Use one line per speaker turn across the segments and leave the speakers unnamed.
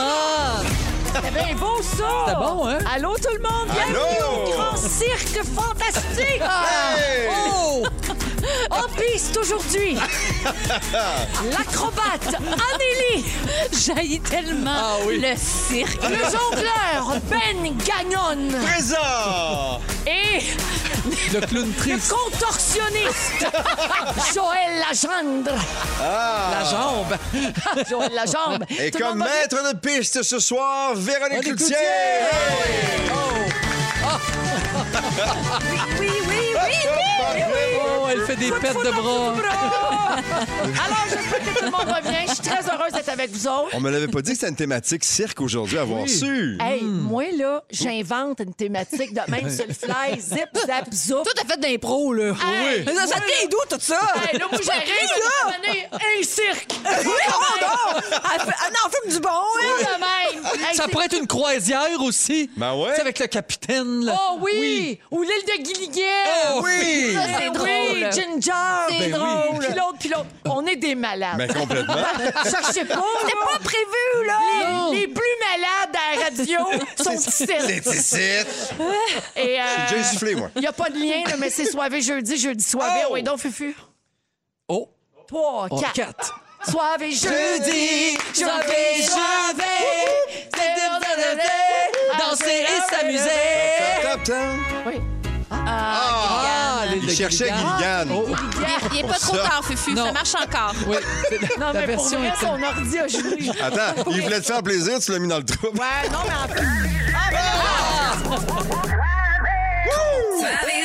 Oh,
Ben beau ça! C'est bon, hein? Allô tout le monde! Bienvenue au grand cirque fantastique! Oh! En piste aujourd'hui! L'acrobate Amélie jaillit tellement
Ah
le cirque. Le jongleur Ben Gagnon
Présent!
et
Le clown triste.
le contorsionniste Joël Lagendre.
La jambe.
Joël Lagendre.
Ah! Et
Tout le
comme
monde va bien?
maître de piste ce soir, Véronique
Véronique
Cloutier!
Oui, oui, oui, oui, oui.
Oh, elle fait des pètes de bras.
Alors, j'espère que tout le monde va bien. Je suis très heureuse d'être avec vous autres.
On me l'avait pas dit que c'était une thématique cirque aujourd'hui à avoir su.
Hey,
Hmm.
moi, là, j'invente une thématique de même sur le fly, zip, zap, zoup.
Toi, t'as fait d'impro, là.
Hey,
Mais ça, ça te
oui.
vient d'où, tout ça?
Hey, Ben, là, moi, j'arrive à me donner un cirque.
Oui, oh non! Elle fait- elle en fume du bon, hein?
Tout de même. Hey,
Ça
c'est-
pourrait être une croisière aussi.
Ben ouais.
Tu sais, avec le capitaine, là.
Oh oui! Ou l'île de Gilligan.
Oh,
Oui!
Ça, c'est drôle. Ginger. C'est drôle. Puis l'autre, puis l'autre. On est des malades.
Mais Ben, complètement.
Cherchez pas. C'était pas prévu, là. Les, les plus malades à la radio sont ici.
C'est ici.
Et, euh,
J'ai soufflé, moi.
Il n'y a pas de lien, là, mais c'est soivé jeudi, jeudi soivé.
Oh!
Oui, donc, Fufu.
Oh,
3,
oh,
4.
quatre.
Soivé jeudi.
Jeudi, je
vais, je
vais,
danser et s'amuser.
s'amuser.
Top, top.
Oui.
Ah, les
Il cherchait Gilligan.
Oh.
Il n'est pas trop
Ça.
tard, Fufu.
Non.
Ça marche encore.
Oui, c'est la,
Non,
la
Ah, mais pour
version
vrai,
est
son ordi a joué.
Attends, il voulait te faire plaisir, tu l'as mis dans le trou.
Ouais, non, mais en Ah, fait,
Ah!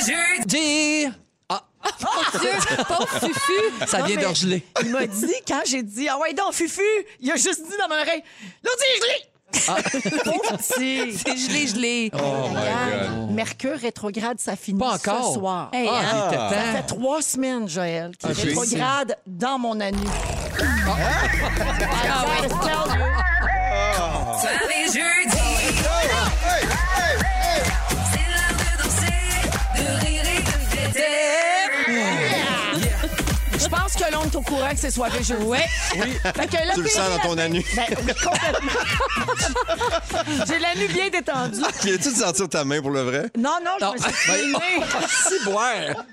G. Ah,
Oh,
Pauvre Fufu.
ça
Non,
vient
mais-
d'orgeler.
il m'a dit, quand j'ai dit, ah ouais, donc, Fufu, il a juste dit dans mon oreille, l'ordi est gelé.
Ah.
Pauvre petit.
C'est gelé, gelé.
Oh my God.
Mercure rétrograde, ça finit
Pas encore.
ce soir.
Hey,
ah,
hein?
il était
Ça fait
temps.
trois semaines, Joël, qu'il
Ah, je
rétrograde dans mon anus. Ah, ouais, Claude.
Ah!
é
Je pense que l'on est au courant que c'est soirée jeu. Ouais. Oui. Fait que là,
Tu le
puis
sens
j'ai
dans ton
la-
anus.
Ben, oui, complètement. j'ai l'anus bien détendu.
Ah, Viens-tu de sentir ta main pour le vrai? Ben,
Non, non, je me suis filmée.
Si boire.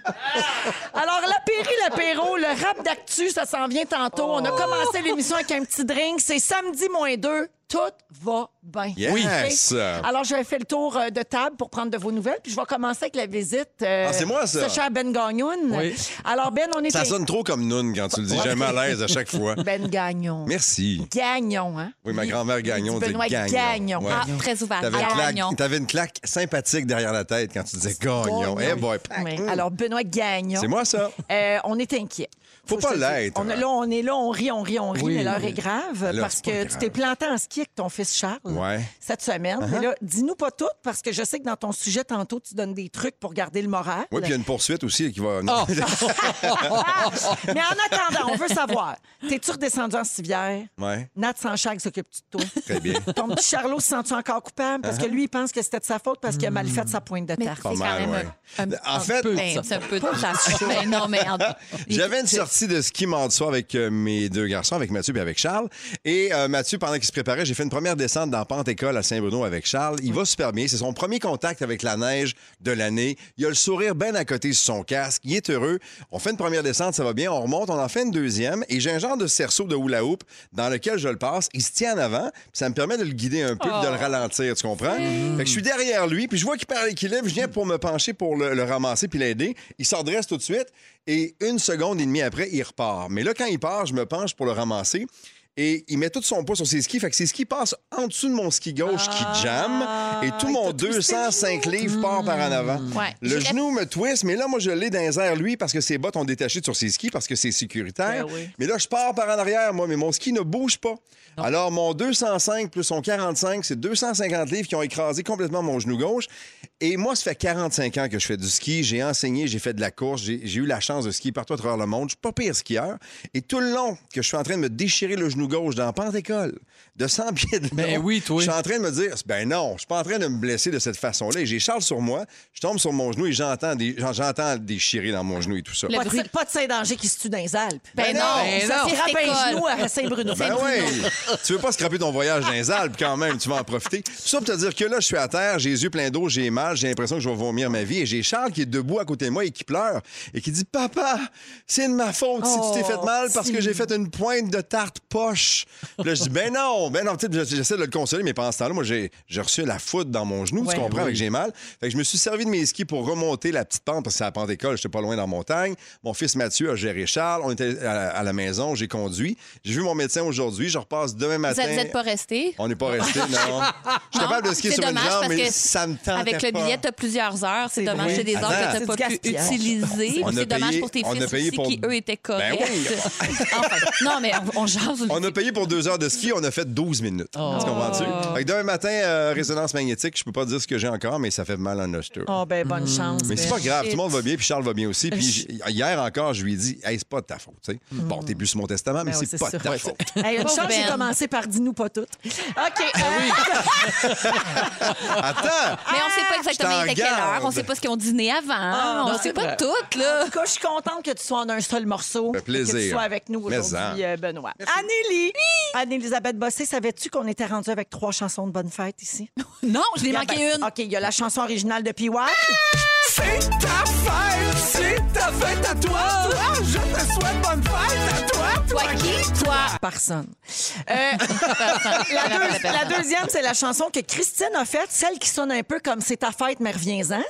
Alors, l'apéri, l'apéro, le rap d'actu, ça s'en vient tantôt. On
Oh.
a commencé l'émission avec un petit drink. C'est samedi moins deux. Tout va bien.
Yes.
OK? Alors, je vais faire le tour euh, de table pour prendre de vos nouvelles. Puis je vais commencer avec la visite. euh,
Ah, c'est moi, ça.
de cher Ben Gagnon.
Oui.
Alors, Ben, on est...
Ça sonne hein. trop comme Noun quand tu le dis. J'ai mal à l'aise à chaque fois.
Ben Gagnon.
Merci.
Gagnon, hein?
Oui, ma grand-mère Gagnon
dit
disait
Benoît
Gagnon.
Gagnon.
Ouais.
Ah, très ouvert.
T'avais une,
Ah,
claque-
mignon.
t'avais une claque sympathique derrière la tête quand tu disais Gagnon. Eh boy, pac.
Oui. Alors, Benoît Gagnon.
C'est moi, ça.
Euh, on est inquiet.
Faut
je
pas
te le dise.
l'être.
On, est là, on est là, on rit, on rit, on rit,
Oui.
mais l'heure est grave
L'heure,
parce
c'est pas
que
grave.
tu t'es planté en ski sorti avec ton fils Charles
Ouais.
cette semaine. Mais là, dis-nous pas tout, parce que je sais que dans ton sujet, tantôt, tu donnes des trucs pour garder le moral.
Oui, puis il y a une poursuite aussi qui va.
Ah! Mais en attendant, on veut savoir. T'es-tu redescendu en civière?
Ouais.
Nat Sanchag s'occupe-tu de toi?
Très bien. Uh-huh.
Ton petit Charlot se sent-tu encore coupable? Parce que lui, il pense que c'était de sa faute parce qu'il a mal fait sa pointe de
Mais
tarte.
c'est quand
mal,
même
ouais.
un, un-
En
un
fait-
peu de
Ben,
ça. C'est un peu de ça. Ben non, mais en-
J'avais une sortie de ski mardi soir avec euh, mes deux garçons, avec Mathieu et avec Charles. Et euh, Mathieu, pendant qu'il se préparait, j'ai fait une première descente dans Pente École à Saint-Bruno avec Charles. Il va super bien. C'est son premier contact avec la neige de l'année. Il a le sourire bien à côté sur son casque. Il est heureux. On fait une première descente, ça va bien. On remonte, on en fait une deuxième. Et j'ai un genre de cerceau de hula hoop dans lequel je le passe. Il se tient en avant. puis Ça me permet de le guider un peu puis de le ralentir, tu comprends? Fait que je suis derrière lui, puis je vois qu'il perd l'équilibre. Je viens pour me pencher pour le, le ramasser puis l'aider. Il s'en redresse tout de suite. Et une seconde et demie après, il repart. Mais là, quand il part, je me penche pour le ramasser. Et il met tout son poids sur ses skis. Fait que ses skis passent en dessous de mon ski gauche qui jamme. Et tout mon 205 livres part par en avant.
Ouais.
Le
J'irais-
genou me twist, mais là, moi, je l'ai dans les airs, lui, parce que ses bottes ont détaché sur ses skis, parce que c'est sécuritaire. Mais là, je pars par en arrière, moi, mais mon ski ne bouge pas. Alors, mon 205 plus son 45, c'est 250 livres qui ont écrasé complètement mon genou gauche. Et moi, ça fait 45 ans que je fais du ski. J'ai enseigné, j'ai fait de la course, j'ai j'ai eu la chance de skier partout à travers le monde. Je suis pas pire skieur. Et tout le long que je suis en train de me déchirer le genou gauche dans Pentecôte, de 100 pieds de long,
Ben oui, toi.
je suis en train de me dire, ben non, je suis pas en train de me blesser de cette façon-là. Et J'ai Charles sur moi, je tombe sur mon genou et j'entends des, j'en- j'entends des chiris dans mon genou et tout ça.
Le
Pas
bruit.
de, pas de Saint-Danger qui se tue dans les Alpes.
Ben non,
Ben
ça
non.
c'est
Frappe un
école.
genou à Saint-Bruno.
Ben oui! tu veux pas scraper ton voyage dans les Alpes quand même, tu vas en profiter. Tout ça pour te dire que là, je suis à terre, j'ai les yeux pleins d'eau, j'ai mal, j'ai l'impression que je vais vomir ma vie. Et j'ai Charles qui est debout à côté de moi et qui pleure et qui dit Papa, c'est de ma faute si tu t'es fait mal parce que j'ai fait une pointe de tarte poche. Puis là, je dis Ben non, ben non, peut-être j'essaie de le consoler, mais pendant ce temps-là, moi, j'ai j'ai reçu la foudre dans mon genou, tu comprends, avec j'ai mal. Fait que je me suis servi de mes skis pour remonter la petite pente parce que c'est à Pentecôte, j'étais pas loin dans la montagne. Mon fils Mathieu a géré Charles, on était à la, à la maison, j'ai conduit. J'ai vu mon médecin aujourd'hui, je repasse demain
Vous
matin.
n'êtes pas resté.
On n'est pas resté, non. Je suis capable de skier
C'est
sur une
dommage
jambe,
parce
mais
que
ça me tente.
Avec le billet, tu as plusieurs heures. C'est dommage. C'est des heures
Attends.
que
C'est
tu n'as pas
du
pu
gaspillage.
utiliser.
On
Puis
a
C'est dommage
payé-
pour tes
on a
fils
payé
aussi
pour-
qui, eux, étaient
Ben
corrects.
oui.
Enfin, non, mais on, on jase. Oh.
On a payé pour deux heures de ski, on a fait 12 minutes. Tu comprends-tu? Fait que demain matin, euh, résonance magnétique, je peux pas dire ce que j'ai encore, mais ça fait mal en oster.
Oh, ben,
Hmm.
bonne chance.
Mais c'est
Ben. Euh,
pas grave, tout le monde va bien, puis Charles va bien aussi. Puis j- hier encore, je lui ai dit, hey, c'est pas de ta faute. tu sais. Bon, t'es plus sur mon testament, mais
Hmm. Ben oui, c'est
c'est pas de
sûr.
ta faute.
Hey, une
Pauvre
chance, j'ai
Ben. Ah
commencé par dis-nous pas toutes. OK. euh,
Attends!
Mais on
Ah!
sait pas exactement
Je t'en
il était quelle heure.
garde.
On sait pas ce qu'ils ont dîné avant. on sait pas tout, là.
En tout cas, je suis contente que tu sois en un seul morceau.
Ça fait plaisir.
Que tu sois avec nous
Mais hein.
aujourd'hui, euh, Benoît. Anélie! Anne-Elisabeth Bossé, savais-tu qu'on était rendu avec trois chansons de bonne fête ici?
Non, je l'ai manqué une. Ah,
OK, il y a la chanson originale de P.Y.
C'est ta fête, c'est ta fête à toi. je te souhaite bonne fête à toi.
Toi qui? Toi.
Personne. Euh, la, deux- la deuxième, c'est la chanson que Christine a faite, celle qui sonne un peu comme C'est ta fête, mais reviens-en.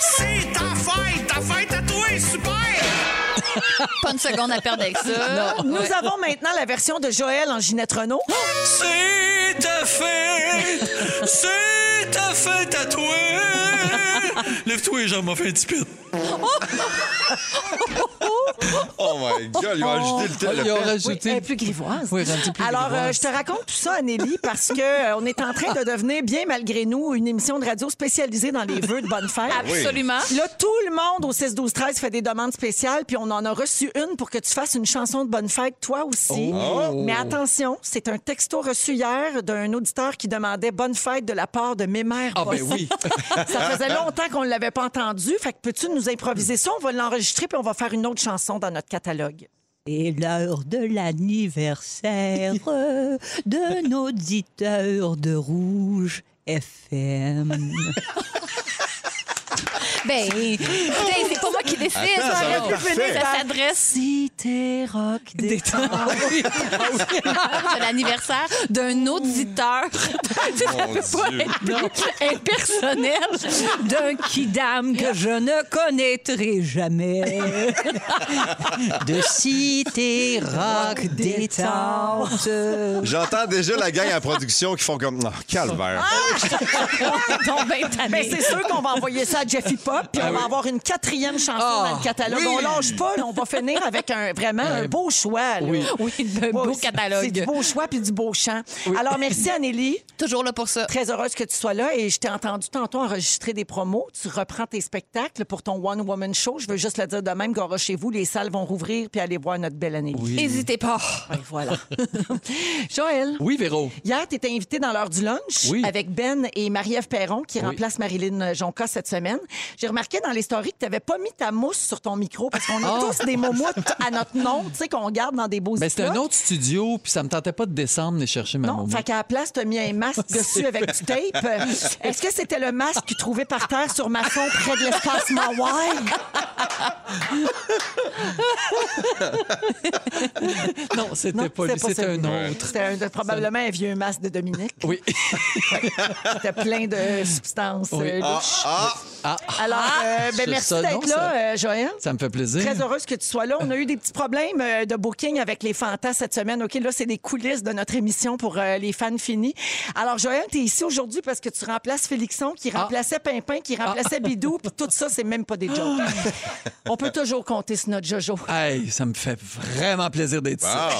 C'est ta fête,
tá,
ta fête à toi, super.
Pas une seconde à perdre avec ça. Oh!
Nous avons maintenant la version de Joël en Ginette Renault.
C'est ta fête, c'est ta fête à toi. Lève-toi les jambes, on fait un petit pit.
Oh my God, il va
Ah,
ajouter le, le père.
Oui, elle est plus grivoise.
Oui, rendu plus
Alors,
grivoise.
euh, je te raconte tout ça, Anélie, parce que euh, on est en train de devenir, bien malgré nous, une émission de radio spécialisée dans les vœux de bonne fête.
Absolument.
Là, tout le monde au 6 12 13 fait des demandes spéciales, puis on en a reçu une pour que tu fasses une chanson de bonne fête toi aussi.
Oh!
Mais attention, c'est un texto reçu hier d'un auditeur qui demandait bonne fête de la part de mes mères.
Ah ben oui.
Ça faisait longtemps qu'on ne l'avait pas entendu, fait que peux-tu nous improviser ça On va l'enregistrer puis on va faire une autre chanson dans notre catalogue.
C'est l'heure de l'anniversaire d'un auditeur de Rouge FM.
Ben, putain, c'est pas moi qui décide.
Attends, ça va être
Non.
parfait.
Ça s'adresse
Cité rock des Ah
à l'anniversaire d'un auditeur. Tu sais, ça
Mon
peut pas
Dieu.
être plus impersonnel.
d'un kidam que je ne connaîtrai jamais. De cité rock
Oh,
détente.
J'entends déjà la gang à production qui font comme. Non, calvaire.
Ah, Donc, ben,
Ben,
tanné.
c'est sûr qu'on va
Ah,
envoyer ça à Jeffy Pop, puis on va avoir une quatrième chanson dans le catalogue. On lâche pas, là, on va finir avec un, un- vraiment un beau choix. là.
Oui. Oui, un beau
Ouais, c'est-
catalogue.
C'est du beau choix puis du beau chant. Alors, merci, Anélie.
Toujours là pour ça.
Très heureuse que tu sois là et je t'ai entendu tantôt enregistrer des promos. Tu reprends tes spectacles pour ton One Woman Show. Je veux juste le dire de même, Gora, chez vous, les salles vont rouvrir puis aller voir notre belle année.
N'hésitez pas.
voilà. Joël,
Oui, Véro.
hier, tu étais invité dans l'heure du lunch
Oui.
avec Ben et Marie-Ève Perron qui remplace Marilyn euh, Jonca cette semaine. J'ai remarqué dans les stories que tu n'avais pas mis ta mousse sur ton micro parce qu'on a tous des moumoutes à notre nom, tu sais, qu'on garde dans des beaux
Ah. Ben, c'était
ziplocs.
un autre studio, puis ça me tentait pas de descendre venir chercher ma
Non,
maman.
fait qu'à la place, t'as mis un masque dessus avec du tape. Euh, Est-ce que c'était le masque trouvé par terre sur ma fond près de l'espace Mawai?
Non, c'était
Non,
pas lui, c'était un
celui-là.
autre.
C'était un de- probablement un vieux masque de Dominique.
Oui.
C'était plein de substances
Oui.
euh, louches.
Ah,
Alors, euh, ben,
c'est
merci
ça, non,
d'être
ça-
là, euh, Joël.
ça me fait plaisir.
Très heureuse que tu sois là. On a eu des petits problèmes euh, de booking avec les fantas cette semaine. OK, là, c'est des coulisses de notre émission pour euh, les fans finis. Alors, Joël, tu es ici aujourd'hui parce que tu remplaces Félixon, qui
Ah.
remplaçait Pimpin, qui remplaçait Bidou. Puis tout ça, c'est même pas des jokes. On peut toujours compter sur notre Jojo.
Hey, ça me fait vraiment plaisir d'être ici.
Ah.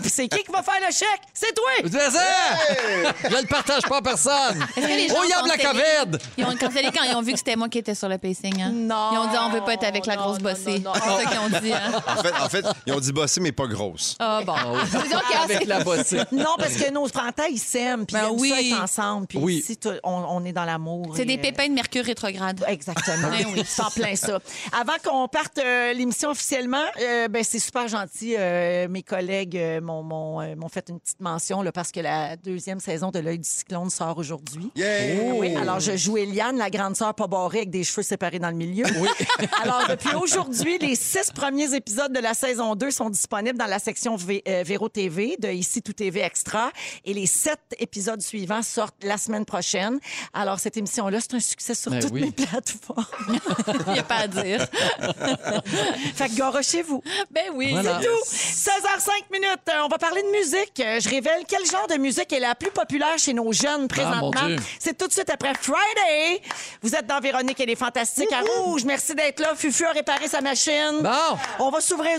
Puis c'est qui qui va faire le chèque? C'est toi!
Vous dites ça? Je le partage pas à personne.
Est-ce que les gens
Oh,
ont
yab la
cancellé?
caverne!
Ils ont cancellé quand ils ont vu que c'était moi qui étais sur le pacing. hein.
Non.
Ils ont dit on veut pas être avec la
Non,
grosse
non,
bossée.
non, non.
C'est ça qu'ils ont dit. hein.
En fait, en fait, ils ont dit bosser, mais pas grosse.
Ah bon. Disons qu'il y a assez-
Avec la bossée.
Ah, Non, parce que nos fantas, ils s'aiment. Puis ils
Ben
aiment
oui.
ça être ensemble. Puis
Oui.
ici, tout- on, on est dans l'amour.
C'est
et,
des
euh,
pépins de mercure rétrograde.
Exactement.
Ben oui.
C'est en plein ça. Avant qu'on parte euh, l'émission officiellement, euh, ben, c'est super gentil. euh, mes collègues euh, m'ont- m'ont euh, m'ont fait une petite mention là, parce que la deuxième saison de L'œil du cyclone sort aujourd'hui. Ah
Yeah!
Oui, alors je joue Eliane, la grande sœur pas barrée avec des cheveux séparés dans le milieu. alors depuis aujourd'hui, les six premiers épisodes de la saison 2 sont disponibles dans la section V- euh, Véro TV de Ici Tout TV Extra et les sept épisodes suivants sortent la semaine prochaine. Alors cette émission-là, c'est un succès sur
Ben
toutes
oui.
mes plateformes.
Il n'y a pas à dire.
fait que gorochez vous.
Ben oui.
Voilà.
Tout. 16h05 minutes. Euh, On va parler de musique. Euh, Je révèle quel genre de musique est la plus populaire chez nos jeunes présentement.
Ah, mon Dieu.
C'est tout de suite après Friday. Vous êtes dans Véronique et les Fantastiques à Rouge. Merci d'être là. Fufu a réparé sa machine.
Bon.
On va s'ouvrir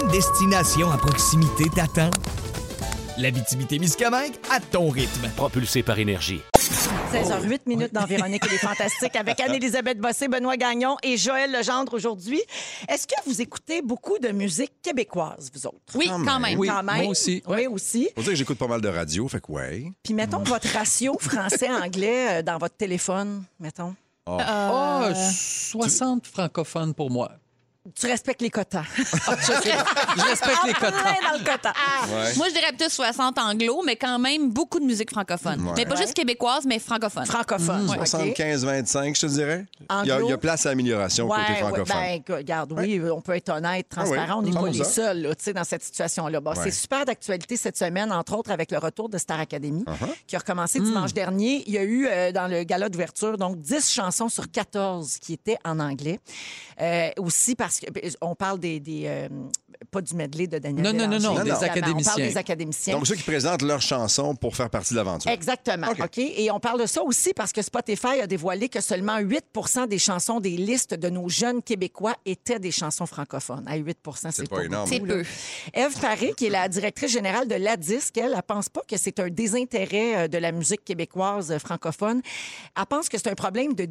Une destination à proximité t'attend. L'Abitibi-Témiscamingue à ton rythme.
Propulsé par énergie.
16h08 minutes
Oh,
dans Véronique et les Fantastiques avec Anne-Élisabeth Bossé, Benoît Gagnon et Joël Legendre aujourd'hui. Est-ce que vous écoutez beaucoup de musique québécoise, vous autres?
Oui, quand même.
Oui,
quand même.
moi aussi.
Oui, aussi.
Faut dire que j'écoute pas mal de radio, fait que ouais.
Puis mettons votre ratio français-anglais euh, dans votre téléphone, mettons.
Oh,
Euh,
Ah, 60 francophones pour moi.
Tu respectes les quotas.
Ah, Je
Ah,
respecte les
Ah,
quotas.
Plein dans le quota.
Moi, je dirais peut-être 60 anglo, mais quand même beaucoup de musique francophone. Mais pas
Ouais.
juste québécoise, mais francophone.
Francophone. OK.
75-25, je te dirais. Il y, a-
Anglo.
il y a place à amélioration
Ouais,
côté
ouais,
francophone.
ben, écoute, regarde, oui, on peut être honnête,
oui.
transparent. On n'est
Ah,
pas
bon,
les
ça.
seuls là, tu sais, dans cette situation-là. Bon, C'est super d'actualité cette semaine, entre autres avec le retour de Star Academy,
Ah
qui a recommencé dimanche
Hmm.
dernier. Il y a eu, euh, dans le gala d'ouverture, donc 10 chansons sur 14 qui étaient en anglais. Euh, aussi parce que on parle des... des, euh, pas du medley de Daniel
Non, non, non,
Bélanger,
non,
des
évidemment. On parle
académiciens.
des académiciens.
Donc, ceux qui présentent leurs chansons pour faire partie de l'aventure.
Exactement.
OK.
OK. Et on parle de ça aussi parce que Spotify a dévoilé que seulement 8 des chansons des listes de nos jeunes Québécois étaient des chansons francophones. À 8 c'est
C'est pas
pas
énorme. hein?
C'est peu.
Eve Paré, qui est la directrice générale de l'ADISC, elle, elle pense pas que c'est un désintérêt euh, de la musique québécoise euh, francophone. Elle pense que c'est un problème de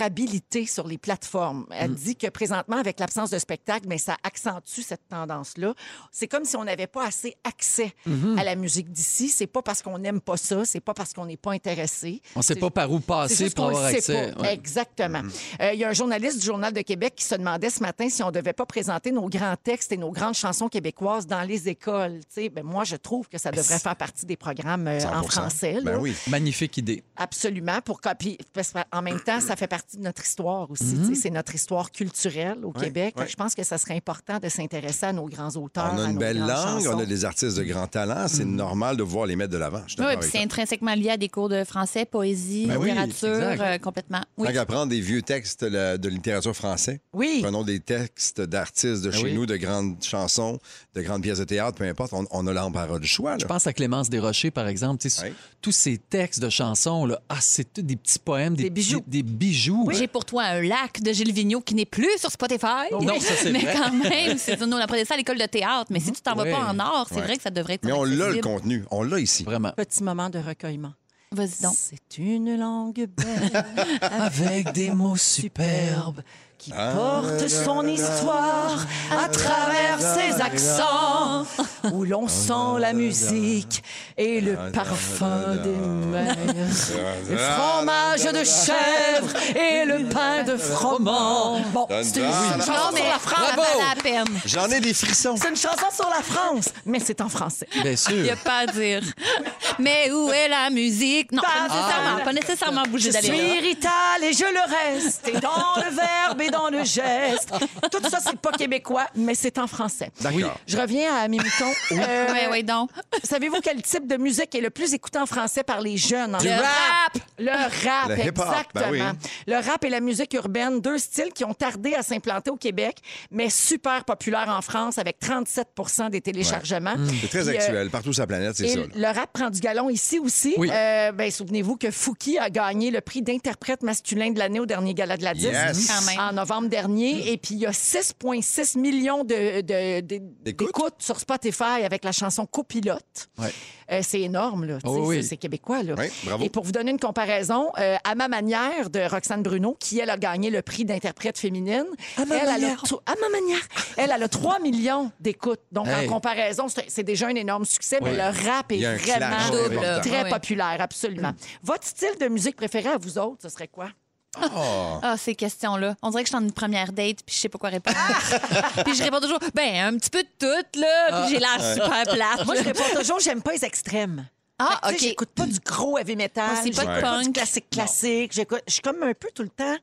découvrabilité sur les plateformes.
Mm.
Elle dit que présentement, avec l'absence de spectacle, mais ça accentue cette tendance-là. C'est comme si on n'avait pas assez accès
Mm-hmm.
à la musique d'ici. C'est pas parce qu'on n'aime pas ça, c'est pas parce qu'on n'est pas intéressé.
On sait
C'est-
pas par où
c'est
passer
juste
pour
qu'on le
avoir
sait
accès.
pas.
Ouais.
Exactement.
Mmh. Mm.
Euh, Il y a un journaliste du Journal de Québec qui se demandait ce matin si on devait pas présenter nos grands textes et nos grandes chansons québécoises dans les écoles. Tu sais, ben moi, je trouve que ça devrait faire partie des programmes euh, en
100%.
français. là.
Ben oui.
Magnifique idée.
Absolument. Pour copier. Parce que en même temps, ça fait partie de notre histoire aussi. tu sais, C'est notre histoire culturelle au Québec.
Mm-hmm. ouais.
Je pense que ça serait important de s'intéresser à nos grands auteurs.
On
à
a une
nos
belle
grandes
langue, on
chansons. Mm.
a des artistes de grand talent. C'est normal de vouloir les mettre de l'avant. Je suis
Oui,
d'accord
puis
avec
c'est
toi.
intrinsèquement lié à des cours de français, poésie,
Ben oui,
littérature,
exact.
euh, complètement. Oui.
Tant qu'à prendre des vieux textes là, de littérature française,
Oui.
prenons des textes d'artistes de
Ben
chez
oui.
nous, de grandes chansons, de grandes pièces de théâtre, peu importe, on, on a l'embarras du choix. là.
Je pense à Clémence Desrochers, par exemple. Tu sais,
Ouais.
Tous ces textes de chansons, là, ah, c'est tout des petits poèmes, des,
Des bijoux.
petits- Des, bijoux.
J'ai pour toi un lac de Gilles Vigneault qui n'est plus sur Spotify.
Non, ça, c'est
Mais
vrai.
quand même, c'est nous on apprenait ça à l'école de théâtre. Mais si tu t'en vas
Ouais.
pas en art, c'est
Ouais.
vrai que ça devrait être.
Mais on l'a le
accessible.
contenu, on l'a ici.
Vraiment.
Petit moment de recueillement.
Vas-y donc.
C'est une langue belle,
Avec des mots
superbe, qui
Ah,
porte son histoire à travers ses accents, où l'on sent Ah, la Ah, musique et le parfum des mers, le fromage de chèvre et le pain de froment. Bon, c'est une, c'est une
Non,
chanson
mais
sur la France.
ça valait la peine.
J'en ai des frissons.
C'est une chanson sur la France, mais c'est en français.
Bien
Il n'y a
sûr.
pas à dire. Mais où est la musique? Non, pas
Ah.
nécessairement. Pas nécessairement
Je
bouger
suis
d'aller là.
irritable et je le reste, et dans le verbe et dans le geste. Tout ça, c'est pas québécois, mais c'est en français.
D'accord.
Je reviens à Mimiton. Euh,
Oui, oui, donc.
Savez-vous quel type de musique est le plus écouté en français par les jeunes? en
Le
France?
rap!
Le rap,
Le hip-hop,
exactement.
ben oui.
Le rap et la musique urbaine, deux styles qui ont tardé à s'implanter au Québec, mais super populaires en France avec 37 des téléchargements.
Mm.
C'est très
Puis, euh,
actuel. Partout sur la planète, c'est
et
ça. là.
le rap prend du galon ici aussi.
Oui.
Euh, ben, souvenez-vous que Fouki a gagné le prix d'interprète masculin de l'année au dernier gala de la disque
Yes. Mm.
Quand même.
en novembre dernier. Et puis, il y a 6,6 millions de- de- de-
D'écoutes.
d'écoutes sur Spotify avec la chanson Copilote.
Ouais.
Euh, c'est énorme, là. Tu
Oh
sais,
oui.
c'est- C'est québécois, là.
Oui, bravo.
Et pour vous donner une comparaison, euh, À ma manière de Roxane Bruno, qui, elle, a gagné le prix d'interprète féminine.
À ma
elle, elle a
manière.
tro- à ma manière. Elle, elle a 3 millions d'écoutes. Donc,
Hey.
en comparaison, c'est c'est déjà un énorme succès, mais
Oui.
le rap est
Il y a un clash
vraiment
double.
important.
très
Oui.
populaire, absolument. Votre style de musique préféré à vous autres, ce serait quoi?
Ah, ces questions-là. On dirait que je suis en une première date, puis je sais pas quoi répondre. puis je réponds toujours, ben, un petit peu de tout, là,
Ah.
puis Ah, j'ai l'air super plate.
Moi, je réponds toujours, j'aime pas les extrêmes.
Ah,
Fait que, tu sais,
OK.
J'écoute pas du gros heavy metal.
Moi, c'est pas
j'écoute
de
du
punk.
classique classique. J'écoute, je suis comme un peu tout le temps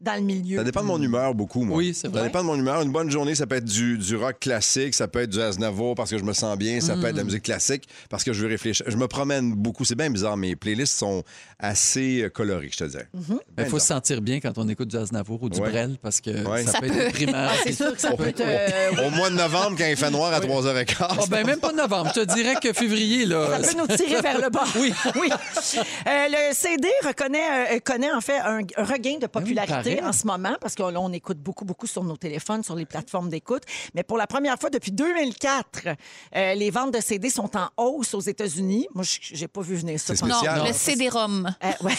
dans le milieu.
Ça dépend de mon humeur beaucoup, moi.
Oui, c'est vrai.
Ça dépend de mon humeur. Une bonne journée, ça peut être du, du rock classique, ça peut être du Aznavour parce que je me sens bien, ça peut
Mm.
être de la musique classique parce que je veux réfléchir. Je me promène beaucoup. C'est bien bizarre, mes playlists sont assez euh, colorées, je te dirais.
Mm-hmm.
Il faut se sentir bien quand on écoute du Aznavour ou du
Ouais.
Brel parce que
Ouais.
ça,
Ça
peut être primaire.
C'est sûr que ça peut euh, te...
Au mois de novembre, quand il fait noir à 3h15.
Ah, ben, même pas novembre. Je te dirais que février,
Euh,
là.
Ça peut nous tirer vers le bas. Oui. Euh, le CD reconnaît, euh, connaît en fait un, un regain de
Oui,
popularité
pareil.
en ce moment parce qu'on on écoute beaucoup, beaucoup sur nos téléphones, sur les plateformes d'écoute. Mais pour la première fois depuis 2004, euh, les ventes de CD sont en hausse aux États-Unis. Moi, je n'ai pas vu venir ça.
C'est
pendant-
Non,
spécial.
le CD-ROM.
Euh, ouais.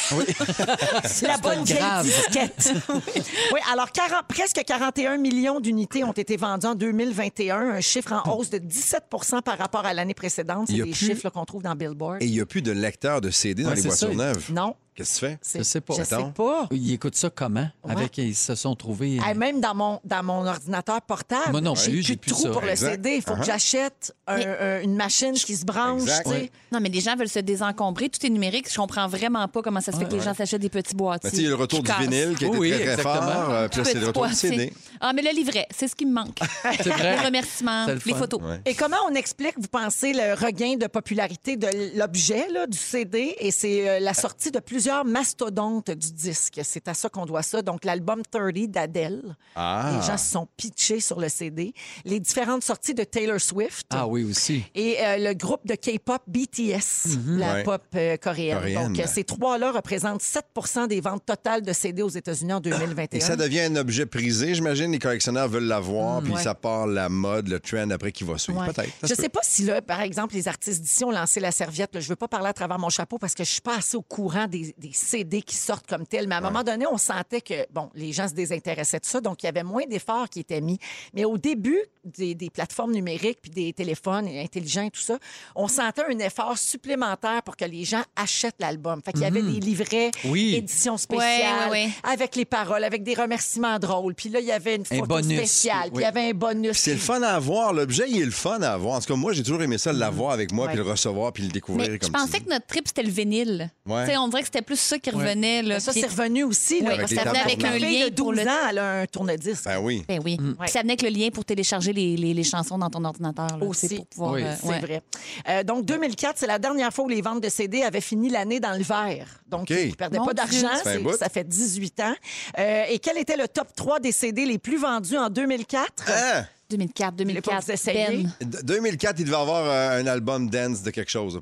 la bonne vieille
grave.
disquette. oui. Oui, alors 40 presque 41 millions d'unités ont été vendues en 2021, un chiffre en hausse de 17 par rapport à l'année précédente. C'est
Il y a
des
plus-
chiffres là, qu'on trouve dans Billboard.
Et il n'y a plus de lecteur de CD dans
Ouais,
les
c'est
voitures
ça.
neuves.
Non.
Qu'est-ce que tu fais?
c'est-
Je sais pas.
Je sais
Attends.
pas.
Ils écoutent ça comment?
Ouais.
Avec, ils se sont trouvés. euh,
Hey, même dans mon, dans mon ordinateur portable,
Moi non
j'ai
plus,
plus
j'ai
de
plus
trou
ça.
pour
Exact. Uh-huh.
le CD. Il faut que j'achète un- un- une machine qui se branche.
Exact.
tu sais.
Non, mais les gens veulent se désencombrer. Tout est numérique. Je comprends vraiment pas comment ça se fait que les gens s'achètent des petits boîtiers.
Ben, tu sais, il y a le retour
qui
du
cassent.
vinyle qui a été
Oui,
très, très
exactement.
fort. euh, Puis là, c'est le
Petits
retour du
boîtiers.
CD.
Ah, mais le livret, c'est ce qui me manque.
C'est vrai.
Les remerciements,
C'est le
les
fun.
photos.
Ouais.
Et comment on explique, vous pensez, le regain de popularité de l'objet, là, du CD? Et c'est euh, la sortie de plusieurs mastodontes du disque. C'est à ça qu'on doit ça. Donc, l'album 30 d'Adele.
Ah.
Les gens se sont pitchés sur le CD. Les différentes sorties de Taylor Swift.
Ah oui, aussi.
Et euh, le groupe de K-pop BTS, la
Mhm. Ouais.
pop euh, coréenne.
Coréenne.
Donc, euh, ces trois-là représentent 7 des ventes totales de CD aux États-Unis en 2021.
Et ça devient un objet prisé, j'imagine. Les collectionneurs veulent l'avoir, puis ça part la mode, le trend après qui va suivre.
Mm. Ouais.
Peut-être. ça
Je
se
sais pas si là, par exemple, les artistes d'ici ont lancé la serviette. là. Je veux pas parler à travers mon chapeau parce que je suis pas assez au courant des, des CD qui sortent comme tels. Mais à un moment donné, on sentait que bon, les gens se désintéressaient de ça, donc il y avait moins d'efforts qui étaient mis. Mais au début des, des plateformes numériques puis des téléphones intelligents et tout ça, on sentait un effort supplémentaire pour que les gens achètent l'album. Fait qu'il y avait des livrets,
Oui.
éditions spéciales,
ouais, ouais.
avec les paroles, avec des remerciements drôles. Puis là, il y avait une
Un
photo
bonus,
spéciale, puis il
oui.
y avait un bonus.
C'est le fun à avoir. L'objet, il est le fun à avoir. En tout cas, moi, j'ai toujours aimé ça, l'avoir avec moi, puis le recevoir, puis le découvrir.
Mais je
comme
pensais que notre trip, c'était le vinyle.
Ouais.
Tu sais, On dirait que c'était c'était plus ça qui revenait. là.
Ben, Ça,
Puis-
c'est revenu aussi.
Oui,
Là,
Avec
ça venait
les
avec
tableaux.
un
Ma fille
lien
de
pour
12
le...
ans, elle a un tourne-disque.
Ben oui.
Ben oui.
Ouais.
Ça venait avec le lien pour télécharger les, les- les chansons dans ton ordinateur. là.
Aussi.
C'est pour pouvoir.
Oui.
euh,
C'est
ouais.
vrai. Euh, donc, 2004, c'est la dernière fois où les ventes de CD avaient fini l'année dans le vert. Donc,
OK.
ils ne perdaient
Mon
pas
Dieu.
d'argent.
Ça fait un
C'est-
bout.
Ça fait 18 ans. Euh, et quel était le top 3 des CD les plus vendus en 2004?
Hein?
2004,
voulez pas
2004.
vous essayer?
Ben.
D- 2004, il devait avoir euh, un album dance de quelque chose.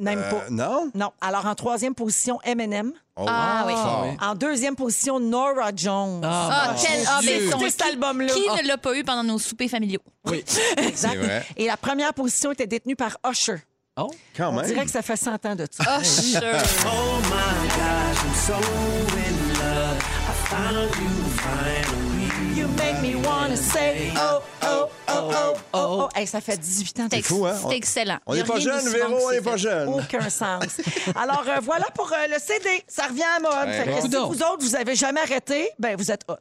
Même
Euh,
pas.
non?
Non. Alors, en troisième position, Eminem.
Oh,
Ah oui.
fort.
En deuxième position, Nora Jones.
Ah, quel. Ah, ben, son-
Écoutez cet album-là.
Qui ne l'a pas eu pendant nos soupers familiaux?
Ah. C'est vrai.
Et la première position était détenue par Usher.
Oh.
Quand
On
même.
dirait que ça fait 100 ans de ça. Oh
Ah, sure.
You make me wanna say oh, oh, oh, oh, oh, oh. Hey, ça fait 18 ans.
C'est
de
ex-
fou, hein? On-
C'est excellent.
On
Il y a
n'est pas
rien
jeune,
d'aussi bon que
Véro, on
c'est
n'est pas
fait.
jeune.
Aucun sens. Alors euh, voilà pour euh, le CD. Ça revient à mode.
Ouais,
Fait que
bon.
si
Coudonc.
vous autres, vous avez jamais arrêté, ben vous êtes hot.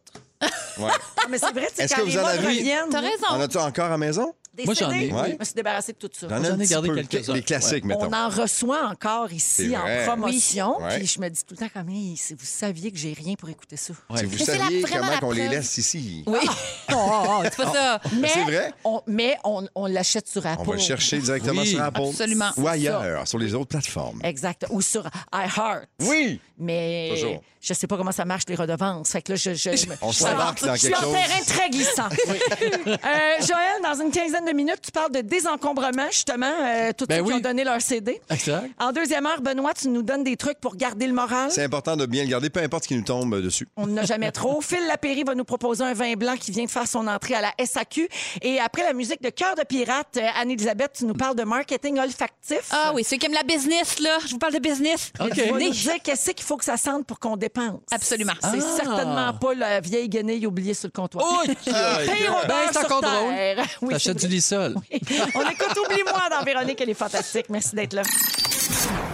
Ouais.
Ah, Mais c'est vrai, c'est
Est-ce
quand
que
les
vous en
modes
avez-
reviennent.
T'as
On
raison.
a-tu encore à la maison?
Des
Moi,
CD,
j'en ai.
Ouais.
je me suis débarrassée de tout ça.
J'en ai un
ai
petit
gardé
peu.
quelques-uns.
Les classiques, mettons.
On en reçoit encore ici
C'est
en
vrai.
promotion.
Oui. Ouais.
Puis je me dis tout le temps, comme, Hey, si vous saviez que j'ai rien pour écouter ça.
Si vous
Mais c'est la-
saviez
vraiment
comment
la
qu'on les
preuve.
laisse ici.
Oui. Oh, c'est pas ça.
Ah! Mais
C'est vrai?
On, mais on, on l'achète sur Apple.
On va le chercher directement
Oui.
sur Apple.
Absolument.
Ou ailleurs, sur les autres plateformes.
Exact. Ou sur iHeart.
Oui!
Mais
Toujours.
je sais pas comment ça marche, les redevances. Fait que là, je, je,
On
je-
s'embarque dans
je suis
quelque
en
chose.
terrain très glissant. Euh, Joël, dans une quinzaine de minutes, tu parles de désencombrement, justement, euh, tous
Ben
ceux qui
oui.
ont donné leur CD.
Exact.
En deuxième heure, Benoît, tu nous donnes des trucs pour garder le moral.
C'est important de bien le garder, peu importe ce qui nous tombe dessus.
On n'a jamais trop. Phil Lapéry va nous proposer un vin blanc qui vient de faire son entrée à la SAQ. Et après la musique de Cœur de pirate, euh, Anne-Elisabeth, tu nous parles de marketing olfactif.
Ah oui, ceux qui aiment la business, là, je vous parle de business.
OK.
Tu vas nous dire qu'est-ce qu'il faut que ça sente pour qu'on dépense.
Absolument.
C'est
Ah.
certainement pas la vieille guenille oubliée sur le comptoir. Pire odeur
Ben, c'est
sur
encore
terre.
drôle.
Oui,
T'achètes
c'est
du lissol.
vrai. On écoute Oublie-moi dans Véronique, elle est fantastique. Merci d'être là.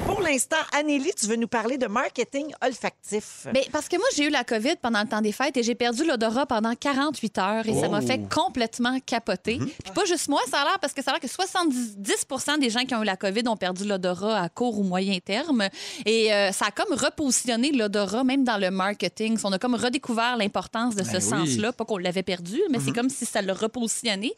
Pour l'instant, Anélie, tu veux nous parler de marketing olfactif.
Mais parce que moi, j'ai eu la COVID pendant le temps des fêtes et j'ai perdu l'odorat pendant 48 heures et ça
Oh.
m'a fait complètement capoter.
Mm-hmm.
Puis pas juste moi, ça a l'air parce que ça a l'air que 70 des gens qui ont eu la COVID ont perdu l'odorat à court ou moyen terme. Et euh, ça a comme repositionné l'odorat, même dans le marketing. On a comme redécouvert l'importance de ce
Ben oui. Mm-hmm.
sens-là. Pas qu'on l'avait perdu, mais c'est comme si ça l'a repositionné.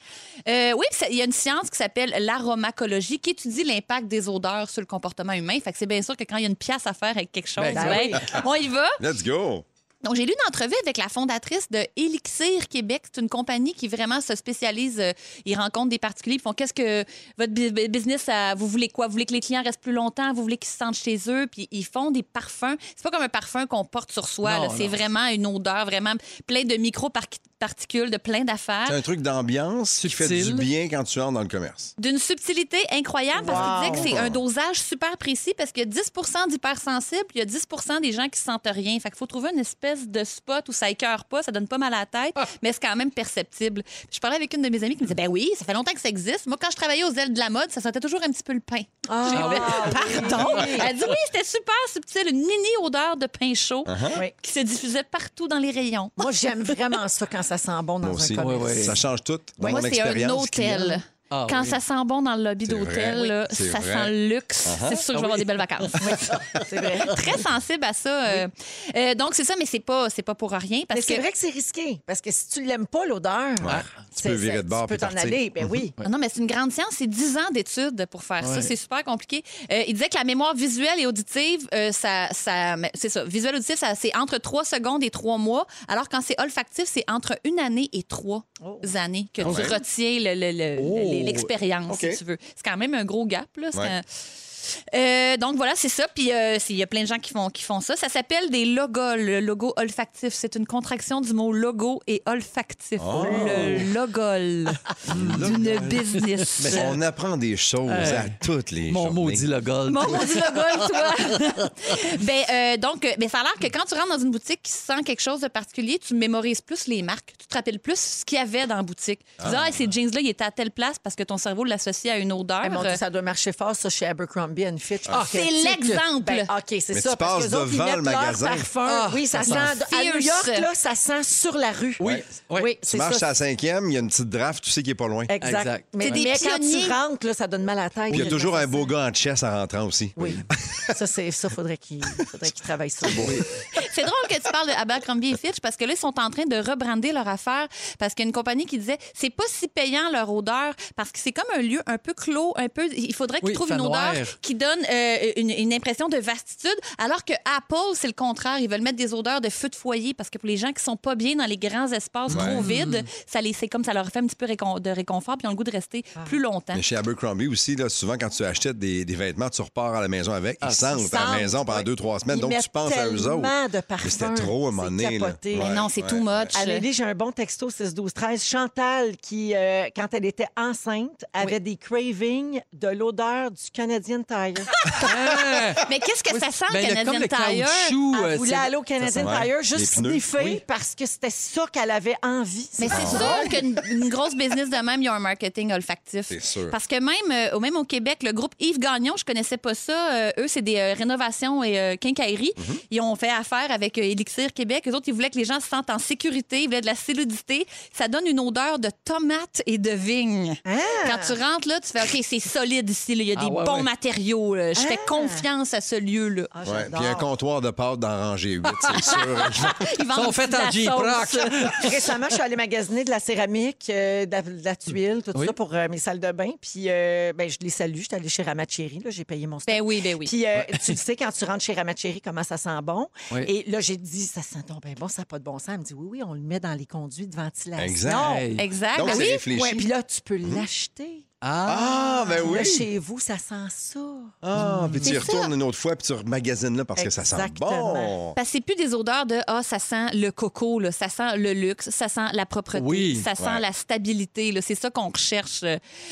Euh, oui, puis ça- il y a une science qui s'appelle l'aromacologie qui étudie l'impact des odeurs sur le comportement humain. Fait que c'est bien sûr que quand il y a une pièce à faire avec quelque chose,
Ben,
ben, on y va.
Let's go!
Donc, j'ai lu une entrevue avec la fondatrice de Elixir Québec. C'est une compagnie qui vraiment se spécialise. euh, Ils rencontrent des particuliers. Ils font qu'est-ce que votre bu- bu- business, ça- vous voulez quoi? Vous voulez que les clients restent plus longtemps? Vous voulez qu'ils se sentent chez eux? Puis ils font des parfums. C'est pas comme un parfum qu'on porte sur soi.
Non,
là. C'est
non.
vraiment une odeur, vraiment plein de micro-particules, de plein d'affaires.
C'est un truc d'ambiance qui fait du
Subtil.
bien quand tu entres dans le commerce.
D'une subtilité incroyable parce qu'il disait que c'est un dosage super précis parce qu'il y a 10 d'hypersensibles, il y a 10 des gens qui sentent rien. Fait qu'il faut trouver une espèce de spot où ça écœure pas, ça donne pas mal à la tête,
Ah.
mais c'est quand même perceptible. Je parlais avec une de mes amies qui me disait Ben oui, ça fait longtemps que ça existe. Moi, quand je travaillais aux ailes de la mode, ça sentait toujours un petit peu le pain.
Ah.
J'ai fait, Pardon? Elle dit Oui, c'était super subtil, une mini odeur de pain chaud
Uh-huh.
Oui.
qui se diffusait partout dans les rayons.
Moi, j'aime vraiment ça quand ça sent bon dans
Moi aussi.
un commerce.
Oui, oui.
Ça change tout dans
Moi,
mon
c'est
expérience.
un
client.
hôtel.
Ah
Quand
oui.
ça sent bon dans le lobby
C'est
d'hôtel,
vrai.
là,
C'est
ça
vrai. Uh-huh. Ah
sent le luxe. C'est sûr que je vais avoir des belles vacances.
C'est vrai.
Très sensible à ça. euh. Euh, donc, c'est ça, mais c'est pas, c'est pas pour rien.
Mais
Parce
c'est
que...
vrai que c'est risqué parce que si tu l'aimes pas l'odeur,
Ah,
tu peux
c'est-
virer de
c'est-
bord
Tu peux
puis Mhm. Mm-hmm.
t'en
partir.
aller, ben oui.
Non, mais c'est une grande science. C'est 10 ans d'études pour faire ça.
Ouais.
C'est super compliqué. Euh, il disait que la mémoire visuelle et auditive, euh, ça, ça, mais c'est ça. Visuelle auditive, ça, c'est entre 3 secondes et 3 mois. Alors quand c'est olfactif, c'est entre une année et 3
Oh.
années que tu
Ah ouais.
retiens le- le- le-
Oh.
le- l'expérience,
OK.
si tu veux. C'est quand même un gros gap. Là. C'est
Ouais.
un- Euh, donc voilà, c'est ça. Puis euh, c'est- il y a plein de gens qui font, qui font ça. Ça s'appelle des logos, le logo olfactif. C'est une contraction du mot logo et olfactif.
Oh.
Le logol d'une business.
Mais on apprend des choses à toutes les
Mon
journées.
maudit le gold.
Mon maudit logol, toi! ben, euh, donc, euh, ben, ça a l'air que quand tu rentres dans une boutique qui sent quelque chose de particulier, tu mémorises plus les marques, tu te rappelles plus ce qu'il y avait dans la boutique. Tu dis, ah, ces jeans-là, ils étaient à telle place parce que ton cerveau l'associe à une odeur.
Eh, Ah, mon Dieu, ça doit marcher fort, ça, chez Abercrombie. Abercrombie and Fitch. parce
c'est
que, tu sais, que-
l'exemple.
Ben, OK, c'est
Mais
ça. parce
tu passes
qu'eux autres, ils
devant
mettent
le
leur
magasin.
Parfum.
Ah,
oui, ça,
ça
sent.
sent
À New York,
fierce.
là, ça sent sur la rue.
Oui.
Oui,
Oui.
Tu
c'est
marches à
ça.
la cinquième, il y a une petite draft, tu sais qui est pas loin. Puis
Exact.
Exact.
Mais,
C'est des
mais quand
pionniers.
tu rentres, là, ça donne mal à la tête.
il y a toujours un beau gars en chess en rentrant aussi.
Oui. Ah, ça, c'est ça, faudrait qu'il faudrait qu'il travaille ça.
C'est drôle que tu parles de Abercrombie et Fitch parce que là, ils sont en train de rebrander leur affaire parce qu'il y a une compagnie qui disait c'est pas si payant leur odeur parce que c'est comme un lieu un peu clos, un peu. Il faudrait qu'ils
Oui,
trouvent
fait
une
noir.
odeur qui donne euh, une, une impression de vastitude, alors que Apple, c'est le contraire. Ils veulent mettre des odeurs de feu de foyer parce que pour les gens qui sont pas bien dans les grands espaces trop
Mm.
vides, ça les, c'est comme ça leur fait un petit peu récon- de réconfort puis ils ont le goût de rester
Ah.
plus longtemps.
Mais chez Abercrombie aussi, là, souvent, quand tu achètes des, des vêtements, tu repars à la maison avec. Ils sentent à la
sentent,
maison pendant deux, trois semaines.
Ils
donc, tu
mettent
penses à eux autres.
tellement de
Mais C'était
parfums,
trop à un moment
c'est
donné. là.
capoté. Mais
Mais non, c'est too much.
Amélie, j'ai un bon texto 6 12 13 Chantal qui, euh, quand elle était enceinte, avait des cravings de l'odeur du Canadian Tire.
Hein?
Mais qu'est-ce que ça sent,
Ben, il y a
Canadian
comme le
Tire?
caoutchouc, euh,
elle voulait
c'est-
Ah, aller au Canadian
ça sent-
Tire
ouais.
juste
Les pneus,
sniffer parce que c'était ça qu'elle avait envie.
Mais c'est
Ah.
sûr qu'une une grosse business de même, il y a un marketing olfactif.
C'est sûr.
Parce que même, euh, au- même au Québec, le groupe Yves Gagnon, je connaissais pas ça. euh, eux, c'est des euh, rénovations et euh, quincailleries.
Mhm.
Ils ont fait affaire avec euh, Elixir Québec. Les autres, ils voulaient que les gens se sentent en sécurité. Ils voulaient de la solidité. Ça donne une odeur de tomate et de vigne.
Ah!
Quand tu rentres là, tu fais OK, c'est solide ici. là. Il y a
Ah,
des
ouais,
bons
ouais.
matériaux. là. Je fais confiance à ce lieu-là.
Ah,
Ouais,
j'adore.
Puis un comptoir de pâtes dans rangée 8, c'est sûr.
Ils vendent
sont faits en
de la
J-Proc.
sauce.
Récemment, je suis allée magasiner de la céramique, euh, de, la, de la tuile, tout ça pour euh, mes salles de bain. Puis euh, ben, je les salue. J'étais allée chez Ramacheri, là, j'ai payé mon stock.
Ben oui, ben oui.
Puis euh, tu le sais, quand tu rentres chez Ramacheri, comment ça sent bon.
Oui.
Et là, j'ai dit, ça sent donc ben bon, ça n'a pas de bon sens. Elle me dit, oui, oui, on le met dans les conduits de ventilation.
Exact.
Hey.
Exact.
Donc,
Ben
c'est
oui.
réfléchi. Hum.
Ouais, puis là, tu peux l'acheter.
Ah,
Ah, ben
Là,
oui.
chez vous, ça sent ça.
Ah, puis tu y
C'est
retournes
ça.
une autre fois, puis tu remagasines là parce que ça sent
Exactement.
bon.
Parce que c'est plus des odeurs de ah ça sent le coco là, ça sent le luxe, ça sent la propreté,
Oui,
ça sent
ouais.
la stabilité là, c'est ça qu'on recherche.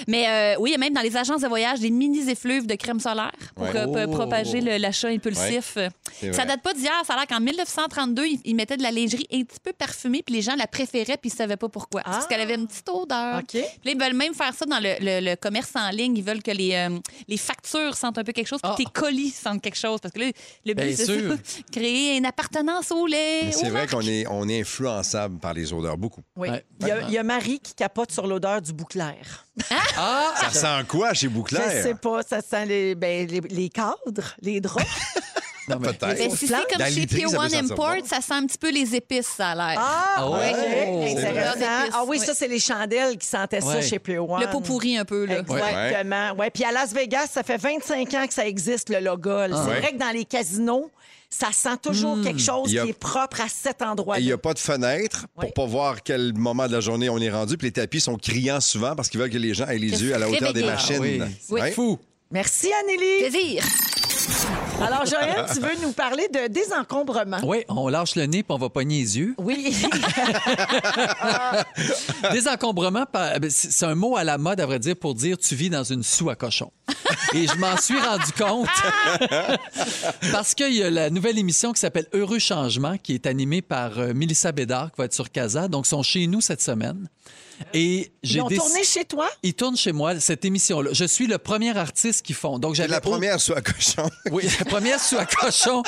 Mais euh, oui, il y a même dans les agences de voyage des mini effluves de crème solaire pour
Ouais. Oh.
euh, pour propager le- l'achat impulsif.
C'est
Ça
vrai.
date pas d'hier, ça a l'air qu'en 1932, ils, ils mettaient de la lingerie un petit peu parfumée puis les gens la préféraient puis ils savaient pas pourquoi parce
Ah.
qu'elle avait une petite odeur.
OK.
Puis là, ils veulent même faire ça dans le, le- le commerce en ligne. Ils veulent que les, euh, les factures sentent un peu quelque chose, puis
Ah.
tes colis sentent quelque chose. Parce que là, le
Bien
but, c'est
sûr.
ça, créer une appartenance au lait.
Mais
aux
C'est vrai
marques.
qu'on est, on est influençable par les odeurs, beaucoup.
Oui.
Ouais.
Il, y a, il y a Marie qui capote sur l'odeur du bouclair.
ah,
Ça sent quoi
Je
chez
sais
Bouclair?
pas, ça sent les, ben, les, les cadres, les draps.
non, mais-
Ben,
Peut-être.
si c'est
Dans
comme
la
chez
literie, ça peut
P1
sentir
Import,
bon.
ça sent un petit peu les épices, ça a l'air.
Ah,
ouais.
OK.
C'est
Intéressant.
vrai.
Ah oui,
Oui.
ça, c'est les chandelles qui sentaient ça
Ouais.
chez Pure
le pot pourri un peu, là.
Exactement. Ouais. Puis à Las Vegas, ça fait 25 ans que ça existe, le Logol.
Ah.
C'est
Ouais.
vrai que dans les casinos, ça sent
Hmm.
toujours quelque chose
Il y a-
qui est propre à cet
Et Il n'y
endroit-là.
a pas de fenêtre
Oui.
pour pas voir quel moment de la journée on est rendu. Puis les tapis sont criants souvent parce qu'ils veulent que les gens aient les
Que
yeux à la
se
hauteur des
réveiller.
machines.
Ah oui.
Oui.
Ouais.
Fou.
Merci, Anneli.
Plaisir.
Alors, Joël, tu veux nous parler de désencombrement.
Oui, on lâche le nez puis on va pogner les yeux.
Oui.
Désencombrement, par- ben, c'est c'est un mot à la mode, à vrai dire, pour dire tu vis dans une soue à cochon. Et je m'en suis rendu compte parce qu'il y a la nouvelle émission qui s'appelle Heureux Changement, qui est animée par euh, Mélissa Bédard, qui va être sur Casa. Donc, ils sont chez nous cette semaine. Et
Ils
j'ai
ont
déc-
tourné chez
Hein?
toi?
Ils tournent chez moi cette émission-là. Je suis le premier artiste qu'ils font. Donc,
C'est
j'avais
la
au-
première soit cochon.
oui, la première sous à cochon.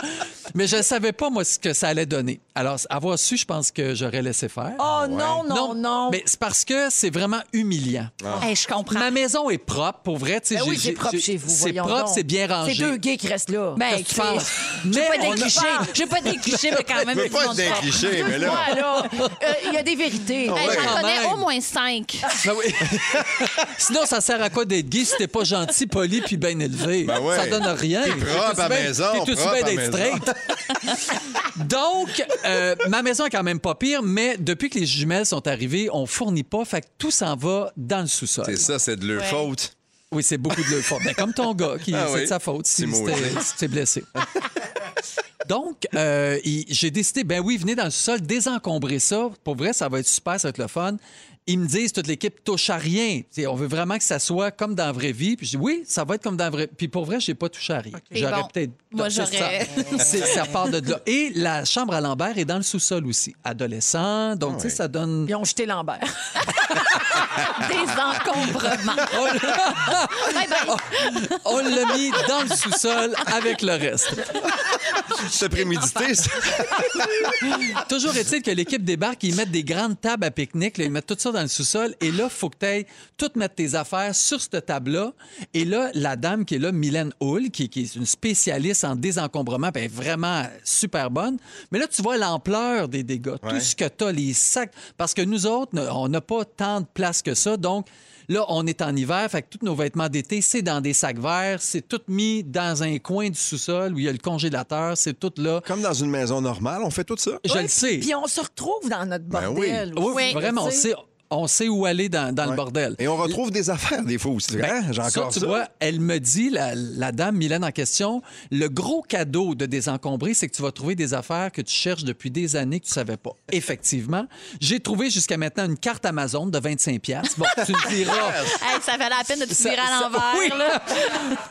Mais je ne savais pas, moi, ce que ça allait donner. Alors, avoir su, je pense que j'aurais laissé faire.
Oh
Ah
non, non, non.
Mais c'est parce que c'est vraiment humiliant.
Ah.
Hey, je comprends.
Ma maison est propre, pour vrai. tu sais,
Ben oui,
j'ai-
c'est
j'ai-
propre chez vous.
C'est
voyons
propre,
donc.
c'est bien rangé.
C'est deux gays qui restent là.
Ben,
Qu'est-ce que tu penses?
je
Mais
vais pas
on
être
a-
cliché. Je vais pas être cliché, mais quand même.
Je veux
tout
pas être
le monde
d'un
sort.
cliché, mais là.
Ah,
Voilà. Euh, Il y a des vérités.
Ah
Hey,
Ouais,
J'en
quand
connais
même.
au moins cinq.
Ben oui. Sinon, ça sert à quoi d'être gay si t'es pas gentil, poli puis bien élevé?
Ben ouais.
Ça donne rien.
T'es propre
tout
à
bien-
maison,
T'es tout
propre
bien
à
d'être
maison.
straight. Donc, euh, ma maison est quand même pas pire, mais depuis que les jumelles sont arrivées, on fournit pas, fait que tout s'en va dans le sous-sol.
C'est ça, c'est de leur faute.
Oui, c'est beaucoup de leur faute. Mais comme ton gars, qui
Ah
c'est
oui.
de sa faute
C'est
si
maudit.
c'était- si t'es blessé. Donc, euh, il- j'ai décidé, ben oui, venez dans le sol, désencombrer ça. Pour vrai, ça va être super, ça va être le fun. ils me disent, toute l'équipe touche à rien. T'sais, on veut vraiment que ça soit comme dans la vraie vie. Puis je dis, oui, ça va être comme dans la vraie Puis pour vrai, j'ai pas touché à rien.
Et
J'aurais
bon,
peut-être.
moi,
torché
j'aurais.
ça. C'est- ça part de là. Et la chambre à Lambert est dans le sous-sol aussi. Adolescent. Donc, tu sais, ça donne.
Ils ont jeté Lambert.
Des encombrements.
On l'a- On l'a mis dans le sous-sol avec le reste.
C'est prémédité, ça.
Toujours est-il que l'équipe débarque, ils mettent des grandes tables à pique-nique, là, ils mettent tout ça dans le sous-sol, et là, faut que tu ailles tout mettre tes affaires sur cette table-là. Et là, la dame qui est là, Mylène Hull, qui, qui est une spécialiste en désencombrement, ben, vraiment super bonne. Mais là, tu vois l'ampleur des dégâts, tout ce que tu as, les sacs. Parce que nous autres, ne- on n'a pas tant de place que ça, donc. Là, on est en hiver, fait que tous nos vêtements d'été, c'est dans des sacs verts, c'est tout mis dans un coin du sous-sol où il y a le congélateur, c'est tout là.
Comme dans une maison normale, on fait tout ça.
Je le sais.
Puis on se retrouve dans notre
Ben oui.
bordel.
Oui,
Oui.
vraiment, on
Tu sais.
sait, on sait où aller dans, dans le bordel. Ben,
Et on retrouve des affaires des fois aussi. hein? J'ai
Ça,
encore ça.
tu vois, elle me dit, la, la dame Mylène en question, le gros cadeau de désencombrer, c'est que tu vas trouver des affaires que tu cherches depuis des années que tu savais pas. Effectivement, j'ai trouvé jusqu'à maintenant une carte Amazon de 25 pièces. Bon, tu me diras,
Hey, ça valait la peine de te
Ça-
virer à
ça-
l'envers.
oui.
là.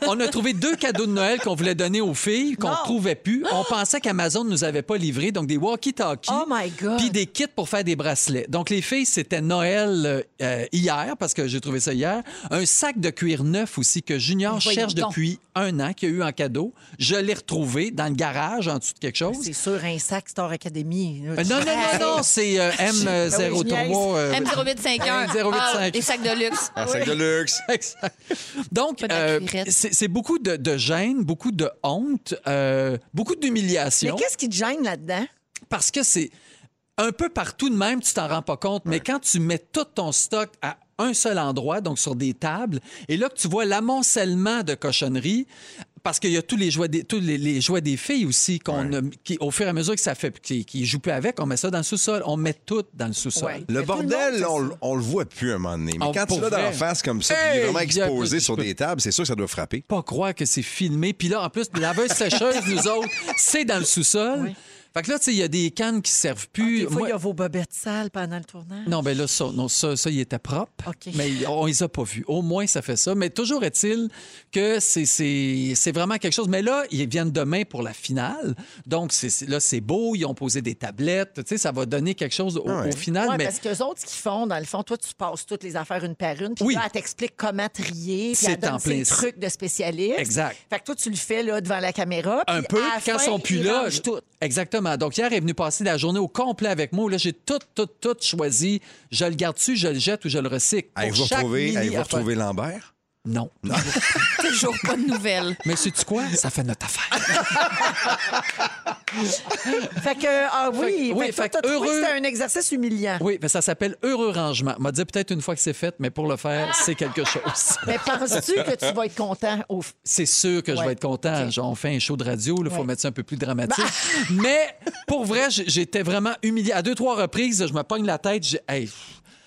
On a trouvé deux cadeaux de Noël qu'on voulait donner aux filles, qu'on trouvait plus.
Ah!
On pensait qu'Amazon nous avait pas livré, donc des walkie-talkies.
Oh my God.
Puis des kits pour faire des bracelets. Donc les filles, c'était Noël euh, euh, hier, parce que j'ai trouvé ça hier. Un sac de cuir neuf aussi que Junior
Voyons
cherche
donc.
depuis un an, qu'il a eu en cadeau. Je l'ai retrouvé dans le garage, en dessous de quelque chose.
C'est sûr, un sac Star Academy.
Euh, non, non, non, non, c'est euh,
Ah oui, je
M03. euh,
M0851.
M0851.
Ah, les sacs de luxe.
Un Ah, sac de luxe.
Exact. Donc,
Pas de la
euh,
cuirette.
c'est c'est beaucoup de, de gêne, beaucoup de honte, euh, beaucoup
Mais
d'humiliation.
qu'est-ce qui te gêne là-dedans?
Parce que c'est un peu partout de même, tu t'en rends pas compte, mais quand tu mets tout ton stock à un seul endroit, donc sur des tables, et là que tu vois l'amoncellement de cochonneries, parce qu'il y a tous les jouets des, tous les, les jouets des filles aussi, qu'on a- qui, au fur et à mesure que ça fait, qui, qui jouent plus avec, on met ça dans le sous-sol, on met tout dans le sous-sol.
Ouais.
Le
Mais tout le monde
bordel,
fait
on, l- on le voit plus un moment donné. Mais quand
On-
tu
Ah, pour
l'as dans
vrai.
la face comme ça, puis il est
Hey,
vraiment
il y a un peu
exposé
de-
sur des tables, c'est sûr que ça doit frapper.
pas croire que c'est filmé. Puis là, en plus, la laveuse sécheuse, nous autres, c'est dans le sous-sol. Fait que là, tu sais, il y a des cannes qui servent plus.
Des fois,
Moi-
il y a vos bobettes sales pendant le tournage.
Non, ben là, ça, non, ça, ça, il était propre.
Mm-hmm. OK.
Mais on les a pas vus. Au moins, ça fait ça. Mais toujours est-il que c'est- c'est c'est vraiment quelque chose. Mais là, ils viennent demain pour la finale. Donc, c'est- c'est- là, c'est beau. Ils ont posé des tablettes. Tu sais, ça va donner quelque chose au,
Ah Ouais.
au final.
Ouais,
mais
parce qu'eux autres, ce qu'ils font, dans le fond, toi, tu passes toutes les affaires une par une, puis
Oui.
là, elle t'explique comment trier, puis
C'est
elle donne
en plein
ses
ça.
trucs de spécialiste.
Exact.
Fait que toi, tu le fais là, devant la caméra.
un
puis
peu
à la
quand
fin,
ils sont plus
ils
là.
rangent tout.
Exactement. Donc hier, elle est venue passer la journée au complet avec moi. Là, j'ai tout, tout, tout choisi. Je le garde dessus, je le jette ou je le recycle.
Allez,
Pour
vous
chaque
retrouvez,
mini
allez, vous
affaire-
retrouvez Lambert?
Non.
Toujours pas de nouvelles.
Mais sais-tu quoi? Ça fait notre affaire.
Fait que, ah oui,
oui,
fait que toi,
fait
t'as
que
trouvé que
heureux.
c'était un exercice humiliant.
Oui, mais ça s'appelle heureux rangement. M'a dit peut-être une fois que c'est fait, mais pour le
Ah!
faire, c'est quelque chose.
Mais penses-tu que tu vas être content au f-
C'est sûr que je
Ouais.
vais être content.
Ok.
Genre, on fait un show de radio, il faut
Ouais. Bah!
mettre ça un peu plus dramatique. Mais pour vrai, j- j'étais vraiment humilié. À deux, trois reprises, je me pogne la tête. J'ai, hey, pff,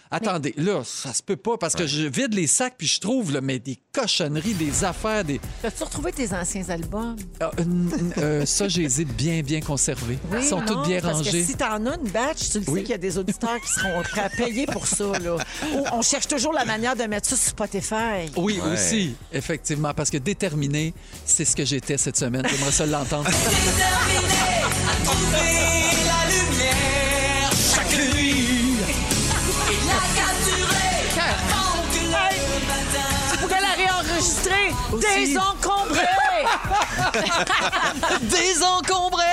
attendez, là, ça se peut pas parce que je vide les sacs puis je trouve là, mais des cochonneries, des affaires, des.
T'as-tu retrouvé tes anciens albums?
Ah, euh, n- euh, ça, j'hésite bien, bien conservés. Ils sont
non,
toutes bien
parce
rangés.
Que si t'en as une batch, tu le sais
Oui.
qu'il y a des auditeurs qui seront prêts à payer pour ça. Là. Ou on cherche toujours la manière de mettre ça sur Spotify.
Oui,
Ouais.
aussi, effectivement, parce que déterminé, c'est ce que j'étais cette semaine. J'aimerais ça l'entendre.
Pour qu'elle la réenregistrer, désencombrée!
Désencombré!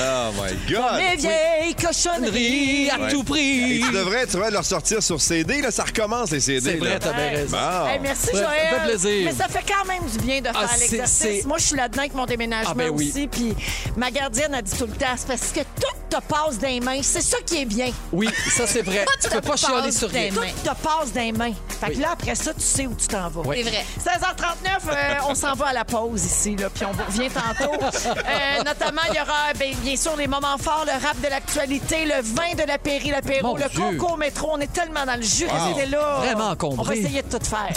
Oh my God!
Mes vieilles cochonneries!
à tout
Et
prix!
tu devrais, tu devrais leur sortir sur CD, là, ça recommence les CD.
C'est vrai,
là.
t'as bien raison.
Bon.
Hey, merci,
Ouais, ça
Joël.
fait plaisir.
Mais ça fait quand même du bien de faire
Ah, c'est-
l'exercice.
c'est-
Moi, je suis là-dedans avec mon déménagement
Ah, ben oui.
aussi. Puis ma gardienne a dit tout le temps, c'est parce que tout te passe dans les mains. C'est ça qui est bien.
Oui, ça c'est vrai. tu peux pas chialer sur
des
rien.
Tout
mains.
te passe dans les mains. Fait que
Oui.
là, après ça, tu sais où tu t'en vas.
C'est vrai.
16h39, euh, on s'en va à la pause ici, là, puis on vous revient tantôt. Euh, notamment, il y aura ben, bien sûr les moments forts, le rap de l'actualité, le vin de l'apéri, l'apéro,
Mon
le
Dieu.
concours métro. On est tellement dans le jus, restez là.
Vraiment
On va
compris.
essayer de tout faire.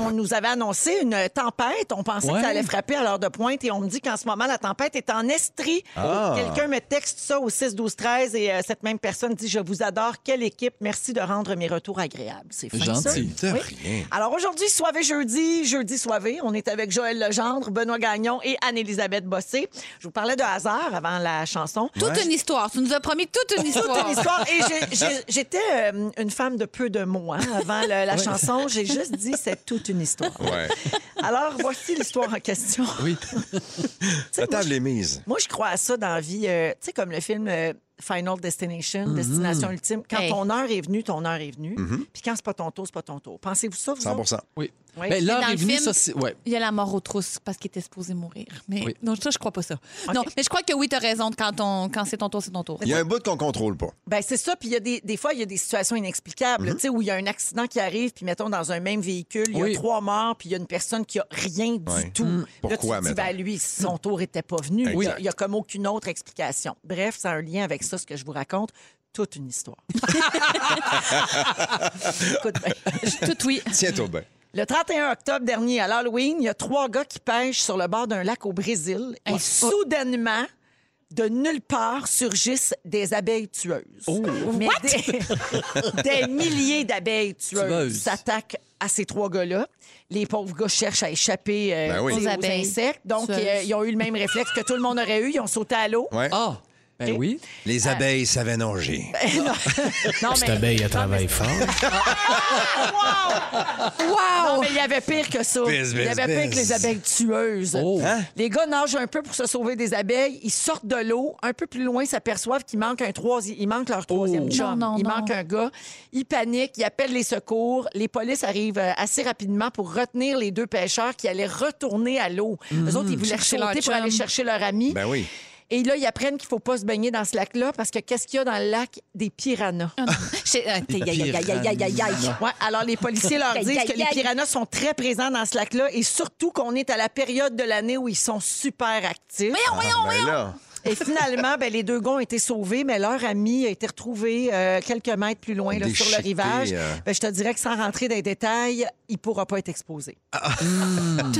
On nous avait annoncé une tempête. On pensait
Ouais.
que ça allait frapper à l'heure de pointe et on me dit qu'en ce moment, la tempête est en Estrie. Oh,
Ah.
Quelqu'un me texte ça au 6-12-13 et euh, cette même personne dit Je vous adore, quelle équipe, merci de rendre mes retours agréables. C'est fin, ça.
Gentil.
De
Oui. Ah,
rien.
Alors aujourd'hui, soirée jeudi, jeudi soirée, on est avec Joël Legendre, Benoît Gagnon et Anne-Élisabeth Bossé. Je vous parlais de hasard avant la chanson.
Toute une histoire. Tu nous as promis toute une histoire.
Toute une histoire. Et j'ai- j'ai- j'étais euh, une femme de peu de mots hein, avant le- la chanson. J'ai juste dit c'est toute une histoire.
Ouais.
Alors voici l'histoire en question.
Oui.
La table est mise.
Moi, je crois à ça dans la vie. euh, tu sais, comme le film euh, Final Destination,
Mm-hmm.
Destination Ultime. Quand
Hey.
ton heure est venue, ton heure est venue. Puis quand c'est pas ton tour, c'est pas ton tour. Pensez-vous ça, vous
100
autres?
Oui.
Oui.
Ben, l'heure
dans
est
le
venue,
film-
ça, c'est. Ouais.
Il y a la mort aux trousses parce qu'il était supposé mourir. Mais
Oui.
non, ça, je crois pas ça. Non, mais je crois que oui, t'as raison. Quand, on... quand c'est ton tour, c'est ton tour.
Il y a un bout qu'on contrôle pas.
Ben c'est ça. Puis il y a des, des fois, il y a des situations inexplicables,
Mm-hmm.
tu sais, où il y a un accident qui arrive, puis mettons dans un même véhicule, il y a
Oui.
trois morts, puis il y a une personne qui a rien
Ouais.
du tout.
Mm.
Pourquoi,
Là, tu te dis,
mettons?
ben, lui, son tour était pas venu. Il
Oui.
y a- il y a comme aucune autre explication. Bref, ça a un lien avec ça, ce que je vous raconte. Toute une histoire. Écoute, ben,
Tout oui.
Tiens-toi bien.
le 31 octobre dernier, à l'Halloween, il y a trois gars qui pêchent sur le bord d'un lac au Brésil et soudainement, de nulle part, surgissent des abeilles tueuses.
Oh.
Mais des, des milliers d'abeilles tueuses
Tueuses.
s'attaquent à ces trois gars-là. Les pauvres gars cherchent à échapper euh,
Ben oui.
tu sais,
Aux
aux,
abeilles
insectes. Donc,
tueuses.
euh, ils ont eu le même réflexe que tout le monde aurait eu. Ils ont sauté à l'eau.
Ouais.
Ah! Ben oui.
Les abeilles savaient nager.
Ah. Non, mais-
elle travaille fort.
Non, mais il y avait pire que ça.
Biz,
il y
biz,
avait pire
biz.
que les abeilles tueuses.
Oh.
Hein?
Les gars nagent un peu pour se sauver des abeilles. Ils sortent de l'eau. Un peu plus loin, ils s'aperçoivent qu'il manque un troisième. Il manque leur troisième
Oh.
chum.
Non, non,
il
non.
manque un gars. Ils paniquent. Ils appellent les secours. Les polices arrivent euh, assez rapidement pour retenir les deux pêcheurs qui allaient retourner à l'eau. Eux autres, ils voulaient
Hmm. Chercher leur
sauter pour
chum.
aller chercher leur ami.
Ben oui.
Et là, ils apprennent qu'il faut pas se baigner dans ce lac-là parce que qu'est-ce qu'il y a dans le lac? Des piranhas.
Chez- euh, t'es-
Les
aïe, aïe, aïe, aïe, aïe, aïe.
piranhas.
Ouais, alors les policiers leur disent que les piranhas sont très présents dans ce lac-là et surtout qu'on est à la période de l'année où ils sont super actifs.
Ah, ben là.
Et finalement, ben, les deux gars ont été sauvés, mais leur ami a été retrouvé euh, quelques mètres plus loin là, sur le
Déchiqueté,
rivage.
euh.
Ben, je te dirais que sans rentrer dans les détails, il pourra pas être exposé.
Hmm.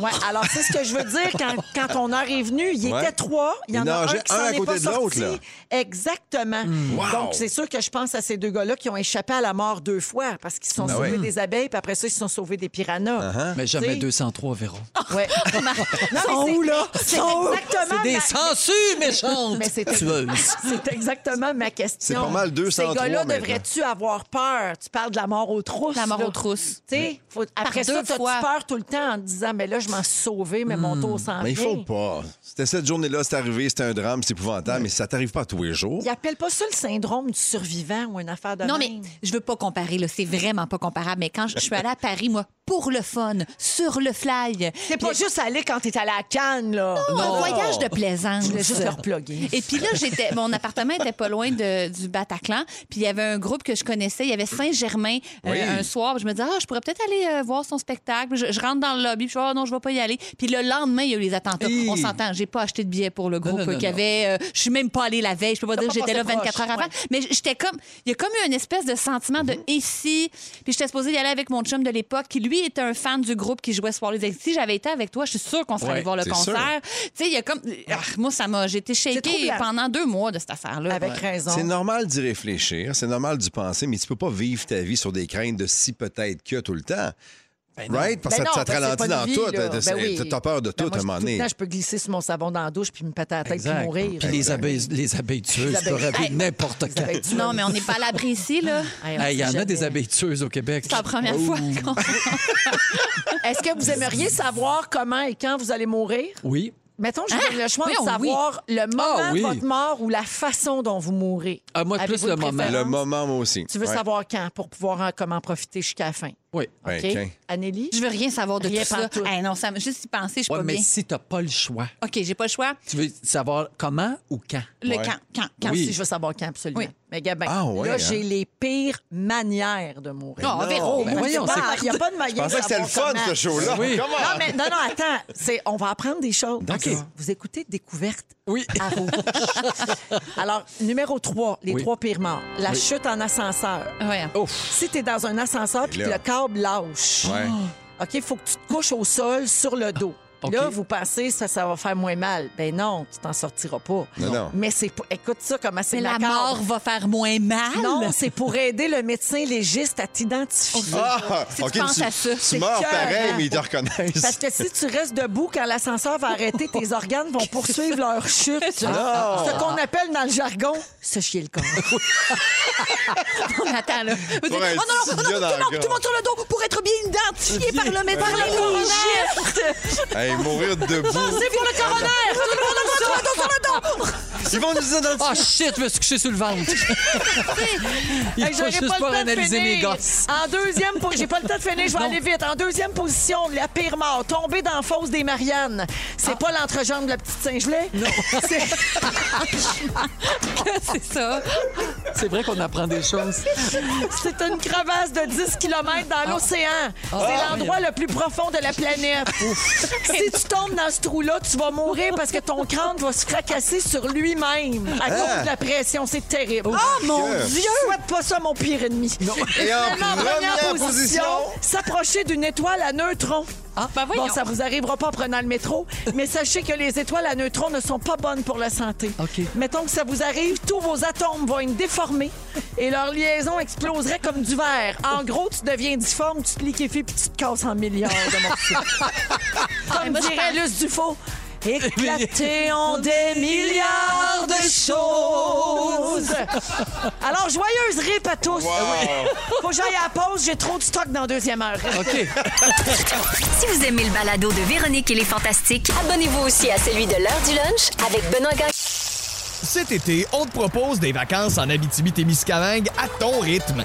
Ouais, alors c'est ce que je veux dire quand, quand on heure est venu, il
Ouais.
était trois, il y en
Il
a un
nageait
qui
un
s'en
à
est
côté
pas
de l'autre,
sorti.
là. Hmm.
Exactement.
Wow.
Donc c'est sûr que je pense à ces deux gars-là qui ont échappé à la mort deux fois parce qu'ils se sont
Ben Uh-huh.
sauvés
ouais.
des abeilles puis après ça ils se sont sauvés des piranhas.
Mais Ben, jamais
T'sais.
203, Véro.
Ouais. Non, mais c'est- C'est exactement
C'est des
ma-
sangsues méchantes!
mais c'est
tueuses.
c'est exactement ma question.
C'est pas mal 203
Ces gars-là,
maintenant.
devrais-tu avoir peur? Tu parles de la mort aux trousses.
La mort
là.
aux trousses.
Tu sais, faut- après ça,
deux
t'as-tu
fois.
peur tout le temps en te disant, mais là, je m'en suis sauvé, mais
Hmm.
mon tour s'en
Hmm. Mais il faut
vient.
pas. C'était cette journée-là, c'est arrivé, c'était un drame, c'est épouvantable, mais ça t'arrive pas tous les jours.
Ils appellent pas ça le syndrome du survivant ou une affaire de
Non, mais
même.
je veux pas comparer, là. C'est vraiment pas comparable. Mais quand je je suis allée à Paris, moi, pour le fun, sur le fly.
T'es pas
Puis-
juste allé quand t'es allé à Cannes, là.
Un voyage de plaisance.
Je voulais juste leur plugger.
Et puis là, j'étais, mon appartement était pas loin de- du Bataclan. Puis il y avait un groupe que je connaissais. Il y avait Saint-Germain euh,
Oui.
un soir. Je me disais, ah, je pourrais peut-être aller euh, voir son spectacle. Je, je rentre dans le lobby. Puis je fais, ah non, je vais pas y aller. Puis le lendemain, il y a eu les attentats.
Hi.
On s'entend, j'ai pas acheté de billets pour le groupe
non,
euh,
non,
qu'il y
non.
avait. euh, je suis même pas allée la veille. Je peux pas dire que
pas
j'étais là
passé
24 heures
proche,
avant. Mais j'étais comme, il y a comme eu une espèce de sentiment de ici. Puis j'étais supposée y aller avec mon chum de l'époque, qui lui était un fan du groupe qui jouait ce soir. Si j'avais été avec toi, je suis sûre qu'on serait
Ouais,
allé voir le
c'est
concert. Tu sais, il y a comme. Ah, moi, ça m'a. J'ai été shakée
troublant.
pendant deux mois de cette affaire-là.
Avec
Ouais.
raison.
C'est normal d'y réfléchir, c'est normal d'y penser, mais tu peux pas vivre ta vie sur des craintes de si peut-être que tout le temps. right? Parce que
Ben
ça-
non,
ça
parce
te
que
ralentit
c'est pas
dans
une vie,
tout.
là.
T'as-
Ben oui.
t'as- T'as peur de
Ben
tout
moi,
à un
je-
moment
tout le
donné.
temps, je peux glisser sur mon savon dans la douche puis me péter la tête puis
Exact.
mourir.
Puis les abeilles, les abeilles tueuses,
abeilles-
tu
Hey.
n'importe quand.
abeilles-
Non, mais on n'est pas à l'abri ici, là.
Hey, on
Hey, Il y
sait
en a
jamais.
des abeilles tueuses au Québec.
C'est la première
Oh.
fois qu'on.
Est-ce que vous aimeriez savoir comment et quand vous allez mourir?
Oui.
Mettons, je vous donne le choix de
Hein? Voyons,
savoir le moment
Ah, oui.
de votre mort ou la façon dont vous mourrez.
Ah, moi, plus
Avez-vous
le
une
moment.
Le
préférence?
moment, moi aussi.
Tu veux
Ouais.
savoir quand pour pouvoir en, comment profiter jusqu'à la fin.
Oui.
Ouais,
OK?
ok.
Annélie?
Je veux rien savoir de
Rien
tout ça.
pantoute.
Hey, non, ça me- juste y penser, je suis
Ouais,
pas
mais
bien.
si t'as pas le choix,
OK, j'ai pas le choix.
tu veux savoir comment ou quand?
Ouais.
Le camp, quand, quand.
Quand
Oui.
si je veux savoir quand, absolument.
Oui.
Mais Gabin,
Ah, ouais,
là,
hein?
j'ai les pires manières de mourir.
Non,
non,
Véro,
ben
moi,
voyons,
je sais
c'est-
pas.
Il n'y a pas de manière
Je pensais que c'était le fun, ce show-là.
Oui.
Comment?
Non, mais, non, non, attends. C'est, on va apprendre des choses.
D'accord.
Vous écoutez Découverte.
Oui.
à rouge. Alors, numéro 3, les
Oui.
trois pires morts. La chute en ascenseur.
Ouais.
Si tu es dans un ascenseur puis que
Là.
le câble lâche,
Ouais.
Oh.
OK, il faut que tu te couches au sol sur le dos.
OK.
Là, vous pensez, ça, ça va faire moins mal. Ben non, tu t'en sortiras pas.
Non, non.
Mais c'est pour- écoute ça, comment c'est
Mais la
macabre.
mort va faire moins mal.
Non, c'est pour aider le médecin légiste à t'identifier.
Ah,
Si tu
ok,
penses
tu,
à Oh, ça,
tu
c'est
meurs
cœur,
pareil,
hein.
mais ils te
Parce
reconnaissent.
que si tu restes debout quand l'ascenseur va arrêter,
Oh.
tes organes vont poursuivre leur chute.
Ah.
Ce qu'on appelle dans le jargon se chier le corps.
Attends, là. Vous dites,
Pour un
oh non, non,
petit gars dans
non, non,
le
tout le monde, tout le
corps.
monde sur le dos pour être bien identifié par le médecin.
Par le
légiste.
Hey, mourir debout.
C'est pour le coroner. Tout le monde sur le dos, sur le dos.
Ils vont nous identifier.
Ah, shit, je me suis couché sur le ventre. Il
Hey,
faut
j'aurai
juste
pas
pas,
le temps de
analyser mes
finir.
gosses.
En deuxième, po- j'ai pas le temps de finir, je vais
Non.
aller vite. En deuxième position, la pire mort, tomber dans la fosse des Mariannes.
Ah.
C'est pas l'entrejambe de la petite Saint-Gelais. Non.
C'est ça.
C'est vrai qu'on apprend des choses.
C'est une crevasse de 10 km
Ah.
dans l'océan. C'est l'endroit le plus profond de la planète. si tu tombes dans ce trou-là, tu vas mourir parce que ton crâne va se fracasser sur lui-même à
Ah.
cause de la pression. C'est terrible. Oh mon Dieu! Souhaite pas ça, mon pire ennemi.
Et en
Finalement,
première position,
s'approcher d'une étoile à neutrons.
Ah, ben voyons.
Bon, ça vous arrivera pas en prenant le métro, mais sachez que les étoiles à neutrons ne sont pas bonnes pour la santé.
OK.
Mettons que ça vous arrive, tous vos atomes vont être déformés et leur liaison exploserait comme du verre. En gros, tu deviens difforme, tu te liquéfies puis tu te casses en milliards de morceaux.
Ah,
comme dirait Luce Dufault. Éclaté en des milliards de choses. Alors, joyeuse rip à tous. Faut que j'aille à la pause, j'ai trop de stock dans la deuxième heure.
OK.
Si vous aimez le balado de Véronique et les Fantastiques, abonnez-vous aussi à celui de l'heure du lunch avec Benoît Gagnon.
Cet été, on te propose des vacances en Abitibi-Témiscamingue à ton rythme.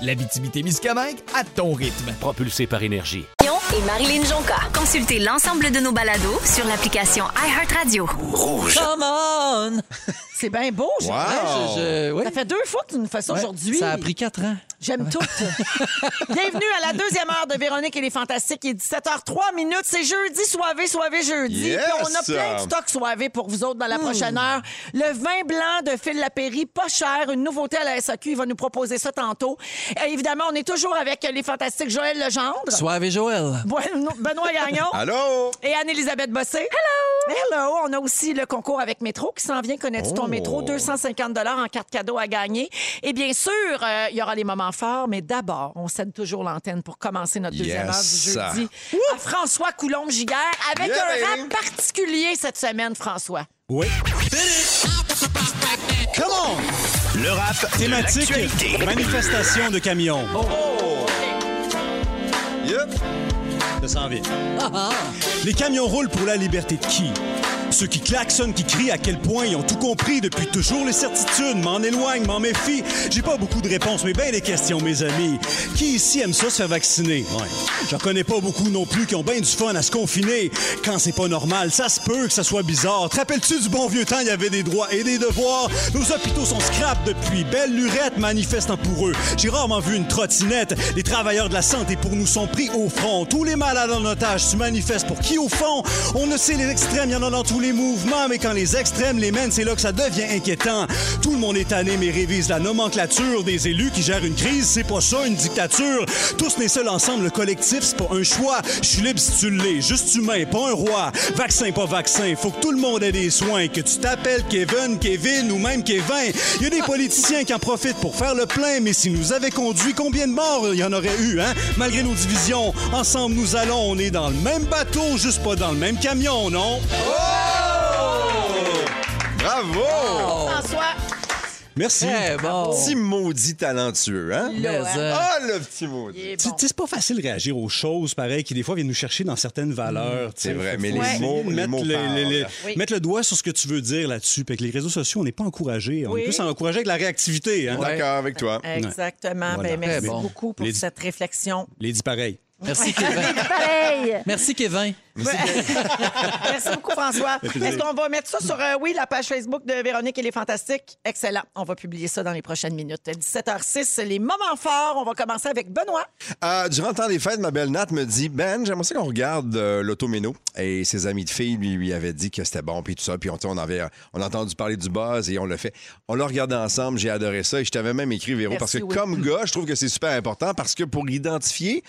L'Abitibi-Témiscamingue à ton rythme.
Propulsé par énergie.
et Marilyn Jonca. Consultez l'ensemble de nos balados sur l'application iHeartRadio.
Come on!
C'est bien beau, je-
Wow.
Oh, Je- je- ouais.
Ça fait deux fois que tu nous fais ça
Ouais.
aujourd'hui.
Ça a pris quatre ans.
J'aime tout. Bienvenue à la deuxième heure de Véronique et les Fantastiques. Il est 17h03 minutes. C'est jeudi, soivé, soivé, jeudi.
Yes!
Puis on a plein de stocks soivés pour vous autres dans
Hmm.
la prochaine heure. Le vin blanc de Phil Lapéry, pas cher, une nouveauté à la SAQ. Il va nous proposer ça tantôt. Et évidemment, on est toujours avec les Fantastiques Joël Legendre,
Soave et Joël.
Benoît- Benoît Gagnon
Allô?
et Anne-Elisabeth Bossé. Hello! Hello! On a aussi le concours avec Métro qui s'en vient. Connais-tu ton
Oh.
Métro? 250 en carte cadeau à gagner. Et bien sûr, euh, il y aura les moments forts, mais d'abord, on cède toujours l'antenne pour commencer notre deuxième
Yes.
heure du jeudi à François Coulombe-Giguère avec
Yeah,
un
baby.
rap particulier cette semaine, François.
Le rap, Oh, thématique, manifestation de camions.
Yep.
Ça s'en vient.
Ah,
Les camions roulent pour la liberté de qui? Ceux qui klaxonnent, qui crient à quel point ils ont tout compris depuis toujours les certitudes, m'en éloigne, m'en méfie. J'ai pas beaucoup de réponses, mais bien des questions, mes amis. Qui ici aime ça se faire vacciner? Ouais. J'en connais pas beaucoup non plus qui ont bien du fun à se confiner. Quand c'est pas normal, ça se peut que ça soit bizarre. Te rappelles-tu du bon vieux temps, il y avait des droits et des devoirs? Nos hôpitaux sont scrap depuis. Belle lurette manifestant pour eux. J'ai rarement vu une trottinette. Les travailleurs de la santé pour nous sont pris au front. Tous les malades en otage se manifestent pour qui au fond? On ne sait les extrêmes, il y en a dans tous les mouvements, mais quand les extrêmes les mènent, c'est là que ça devient inquiétant. Tout le monde est tanné, mais révise la nomenclature des élus qui gèrent une crise. C'est pas ça, une dictature. Tous les seuls ensemble, le collectif, c'est pas un choix. Je suis libre si tu l'es, juste humain, pas un roi. Vaccin, pas vaccin, faut que tout le monde ait des soins. Que tu t'appelles Kevin, Kevin ou même Kevin. Il y a des politiciens qui en profitent pour faire le plein, mais si nous avaient conduit, combien de morts il y en aurait eu, hein? Malgré nos divisions, ensemble nous allons, on est dans le même bateau, juste pas dans le même camion, non? Oh.
Bravo!
Oh.
Oh,
François,
Merci.
Eh,
Très bon.
Petit maudit talentueux, hein?
Mais, euh,
Ah, le petit maudit.
il est
Tu
bon.
tu sais, c'est pas facile de réagir aux choses, pareil, qui des fois viennent nous chercher dans certaines valeurs. tu sais.
Mm, C'est vrai,
Faut-
mais
faut
les
essayer
mots-
de
les
mettre
mots parlent.
Oui.
Mettre le doigt sur ce que tu veux dire là-dessus. Puis avec les réseaux sociaux, on n'est pas encouragé. On
Oui.
est plus encouragé avec la réactivité. hein.
D'accord avec toi.
Exactement.
Voilà.
Ben, merci
Très bon.
beaucoup pour
Les-
cette réflexion.
Les dix pareils.
Merci, Kevin.
Pareil.
Merci, Kevin.
Merci beaucoup, François.
Ça fait plaisir.
Est-ce qu'on va mettre ça sur, euh, oui, la page Facebook de Véronique et les Fantastiques? Excellent. On va publier ça dans les prochaines minutes. 17h06, les moments forts. On va commencer avec Benoît.
Euh, durant le temps des fêtes, ma belle Nat me dit Ben, j'aimerais ça qu'on regarde euh, l'automéno. Et ses amis de filles lui, lui avaient dit que c'était bon, puis tout ça. Puis on, on, avait, euh, on a entendu parler du buzz et on l'a fait. On l'a regardé ensemble, j'ai adoré ça. Et je t'avais même écrit, Véro,
Merci,
parce que
oui.
comme gars, je trouve que c'est super important parce que pour identifier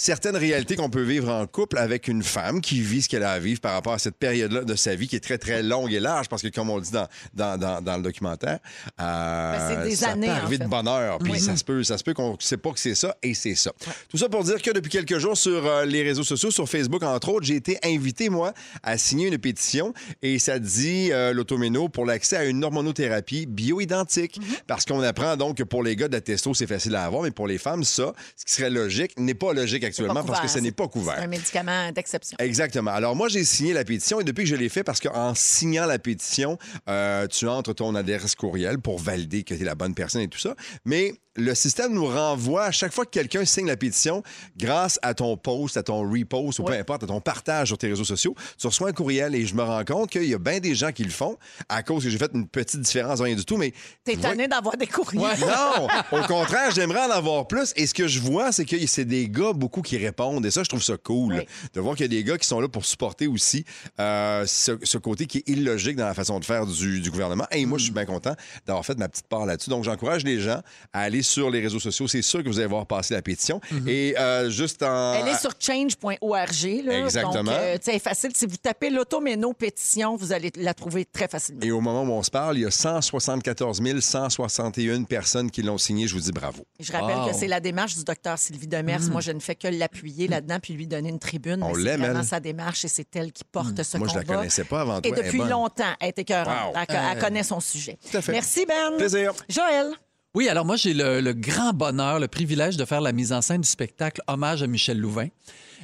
certaines réalités qu'on peut vivre en couple avec une femme qui vit ce qu'elle a à vivre par rapport à cette période-là de sa vie qui est très, très longue et large parce que, comme on dit dans, dans, dans, dans le documentaire, euh,
Ben, c'est des
ça
années,
peut
en
arriver de
fait.
bonheur. Puis
Oui. Mm.
ça se peut, ça se peut qu'on ne sait pas que c'est ça et c'est ça. Tout ça pour dire que depuis quelques jours sur euh, les réseaux sociaux, sur Facebook entre autres, j'ai été invité moi à signer une pétition et ça dit euh, l'automéno pour l'accès à une hormonothérapie bioidentique
Mm-hmm.
parce qu'on apprend donc que pour les gars de la testo c'est facile à avoir mais pour les femmes ça, ce qui serait logique n'est pas logique actuellement parce que
couvert.
ce n'est pas couvert.
C'est un médicament d'exception.
Exactement. Alors moi, j'ai signé la pétition et depuis que je l'ai fait, parce qu'en signant la pétition, euh, tu entres ton adresse courriel pour valider que tu es la bonne personne et tout ça. Mais le système nous renvoie à chaque fois que quelqu'un signe la pétition, grâce à ton post, à ton repost ou peu importe, à ton partage sur tes réseaux sociaux, tu reçois un courriel et je me rends compte qu'il y a bien des gens qui le font à cause que j'ai fait une petite différence, rien du tout, mais...
T'es
je vois-
tanné d'avoir des courriers.
non, au contraire, j'aimerais en avoir plus. Et ce que je vois, c'est que c'est des gars beaucoup qui répondent. Et ça, je trouve ça cool de voir qu'il y a des gars qui sont là pour supporter aussi euh, ce, ce côté qui est illogique dans la façon de faire du, du gouvernement. Et moi, je suis bien content d'avoir fait ma petite part là-dessus. Donc, j'encourage les gens à aller sur les réseaux sociaux. C'est sûr que vous allez voir passer la pétition. Et euh, juste en...
Mm-hmm. Elle est sur change.org. là.
Exactement.
Donc, euh, tu sais, elle est facile. Si vous tapez l'automéno pétition, vous allez la trouver très facilement.
Et au moment où on se parle, il y a 174 161 personnes qui l'ont signé. Je vous dis bravo. Ah.
Je rappelle
Wow.
que c'est la démarche du docteur Sylvie Demers.
Mm.
Moi, je ne fais que l'appuyer là-dedans puis lui donner une tribune.
On
Mais c'est
l'aime,
vraiment
elle. Mm.
sa démarche et c'est elle qui porte ce
Moi, je
combat.
la connaissais pas avant
Et
toi. Elle est
depuis
bonne.
longtemps, elle est écœurante.
Wow.
Elle, elle
Euh,
connaît son sujet.
tout à fait.
Merci, Ben.
Plaisir.
Joël.
Oui, alors moi, j'ai le, le grand bonheur, le privilège de faire la mise en scène du spectacle Hommage à Michel Louvain.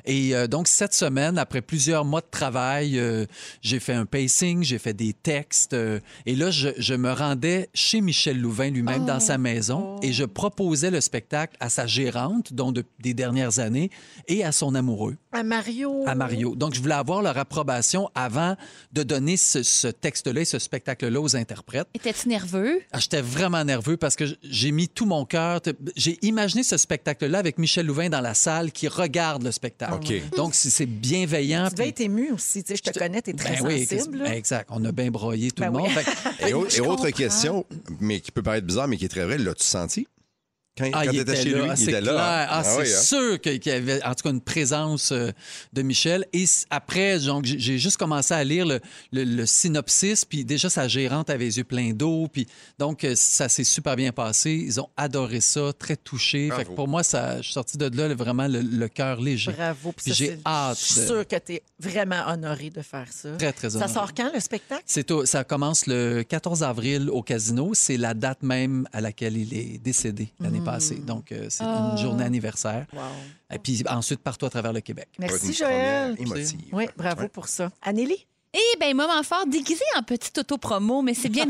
Et euh, donc, cette semaine, après plusieurs mois de travail, euh, j'ai fait un pacing, j'ai fait des textes. euh, et là, je, je me rendais chez Michel Louvain lui-même dans
Oh.
sa maison et je proposais le spectacle à sa gérante, donc de- des dernières années, et à son amoureux
À Mario.
à Mario. Donc, je voulais avoir leur approbation avant de donner ce, ce texte-là et ce spectacle-là aux interprètes.
Étais-tu nerveux?
Ah, J'étais vraiment nerveux parce que j- j'ai mis tout mon cœur. T- J'ai imaginé ce spectacle-là avec Michel Louvain dans la salle qui regarde le spectacle.
OK.
Donc, si c'est bienveillant.
Tu devais être ému aussi. Tu sais, je te connais, tu es très
Ben oui,
sensible.
qu'est-ce-
là.
ben exact. On a bien broyé tout
Ben
le monde.
oui.
Fait que-
Et, au- et
Je
autre
comprends.
question, mais qui peut paraître bizarre, mais qui est très vrai, l'as-tu senti? Quand,
Ah,
quand
il
t'étais
était
chez
là.
lui,
Ah,
il
c'est
était là.
clair.
hein?
Ah, c'est
oui, hein?
sûr que- qu'il y avait en tout cas une présence euh, de Michel. Et s- après, donc, j'ai- j'ai juste commencé à lire le, le- le synopsis, puis déjà, sa gérante avait les yeux pleins d'eau, puis donc, euh, ça s'est super bien passé. Ils ont adoré ça, très touchés. Fait que
Bravo.
pour moi, ça, je suis sorti de là le- vraiment le, le cœur léger.
Bravo. puis
Puis
ça,
j'ai
c'est-
hâte.
Je suis
de-
sûre que tu es vraiment honoré de faire ça.
Très, très
Ça
honoré.
sort quand, le spectacle?
C'est au- ça commence le 14 avril au casino. C'est la date même à laquelle il est décédé l'année passée. Donc, euh, c'est
Hmm. Ah.
une journée anniversaire.
Wow.
Et puis ensuite, partout à travers le Québec.
Merci, Joël. Oui, bravo
Ouais.
pour ça. Anélie?
Eh bien, moment fort, déguisé en petit auto-promo, mais c'est bien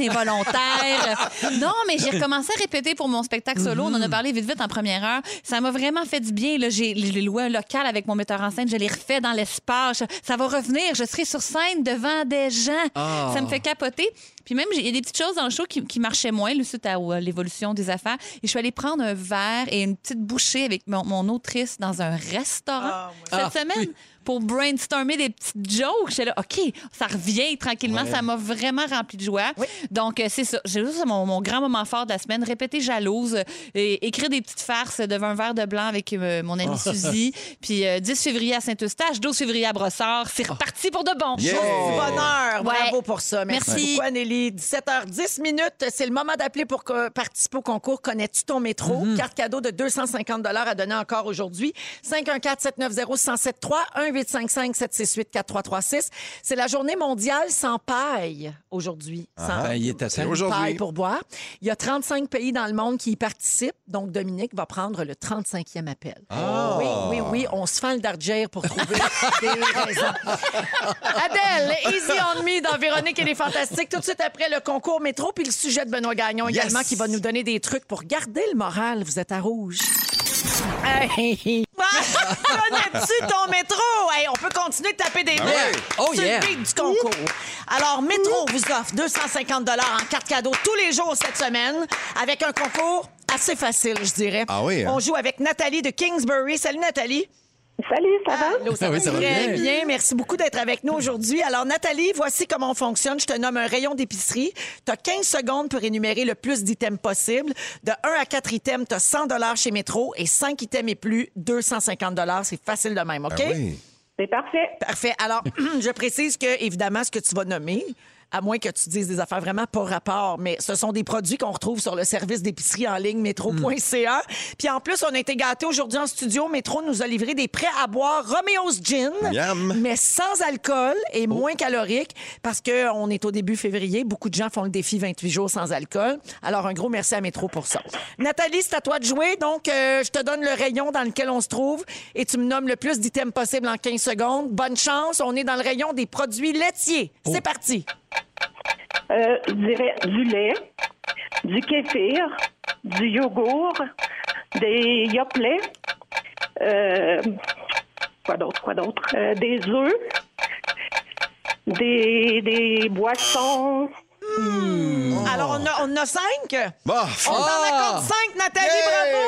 involontaire. non, mais j'ai recommencé à répéter pour mon spectacle solo. On en a parlé vite, vite en première heure. Ça m'a vraiment fait du bien. Là, j'ai j'ai loué un local avec mon metteur en scène. Je l'ai refait dans l'espace. Ça va revenir. Je serai sur scène devant des gens.
Ah.
Ça me fait capoter. Puis même, j'ai- il y a des petites choses dans le show qui, qui marchaient moins, là, suite à euh, l'évolution des affaires. Et je suis allée prendre un verre et une petite bouchée avec mon, mon autrice dans un restaurant cette
Ah,
semaine pour brainstormer des petites jokes. J'étais là, OK, ça revient tranquillement.
Ouais.
Ça m'a vraiment rempli de joie. Donc, euh, c'est ça. J'ai juste mon, mon grand moment fort de la semaine. Répéter jalouse euh, et écrire des petites farces devant un verre de blanc avec euh, mon amie
Ah.
Suzy. Puis euh, 10 février à Saint-Eustache, 12 février à Brossard.
Ah.
C'est reparti pour de bon.
Jour du bonheur. Bravo pour ça. Merci,
Merci.
beaucoup, Anneli. 17h10 minutes, c'est le moment d'appeler pour que- participer au concours Connais-tu ton métro? Carte cadeau de 250 à donner encore aujourd'hui. 514-790-1073, 1-855-768-4336. C'est la journée mondiale sans paille aujourd'hui.
Ah,
Sans
ben, il est à
sans
temps. Aujourd'hui.
paille pour boire. Il y a 35 pays dans le monde qui y participent. Donc, Dominique va prendre le 35e appel.
Ah.
Oui, oui, oui. On se fend le dargère pour trouver des raisons. Adèle, Easy on Me dans Véronique et les Fantastiques, tout de suite après le concours métro, puis le sujet de Benoît Gagnon
Yes.
également, qui va nous donner des trucs pour garder le moral. Vous êtes à rouge. Hey. Ah! Connais-tu ton métro? Hey, on peut continuer de taper des
Ben
mains
ouais. Oh
sur
yeah.
le beat du concours. Alors, Métro vous offre 250 en cartes cadeaux tous les jours cette semaine avec un concours assez facile, je dirais.
Ah oui, hein?
On joue avec Nathalie de Kingsbury. Salut, Nathalie.
Salut, ça va?
ça
Ah oui, ça va
très
bien.
bien. Merci beaucoup d'être avec nous aujourd'hui. Alors, Nathalie, voici comment on fonctionne. Je te nomme un rayon d'épicerie. Tu as 15 secondes pour énumérer le plus d'items possible. De 1 à 4 items, tu as 100 chez Métro et 5 items et plus, 250 C'est facile de
Ben
même, OK?
Ah oui.
C'est parfait.
Parfait. Alors, je précise que, évidemment, ce que tu vas nommer, à moins que tu dises des affaires vraiment pas rapport, mais ce sont des produits qu'on retrouve sur le service d'épicerie en ligne métro.ca. Puis en plus, on a été gâtés aujourd'hui en studio. Métro nous a livré des prêts à boire Romeo's Gin,
Miam.
mais sans alcool et moins calorique parce qu'on est au début février. Beaucoup de gens font le défi 28 jours sans alcool. Alors, un gros merci à Métro pour ça. Nathalie, c'est à toi de jouer. Donc, euh, je te donne le rayon dans lequel on se trouve et tu me nommes le plus d'items possible en 15 secondes. Bonne chance. On est dans le rayon des produits laitiers. C'est parti.
Euh, je dirais du lait, du kéfir, du yogourt, des yoplets, euh, quoi d'autre, quoi d'autre, Euh, des œufs, des, des boissons.
Alors, on a, on a 5.
Bah,
On en
Ah!
accorde 5, Nathalie.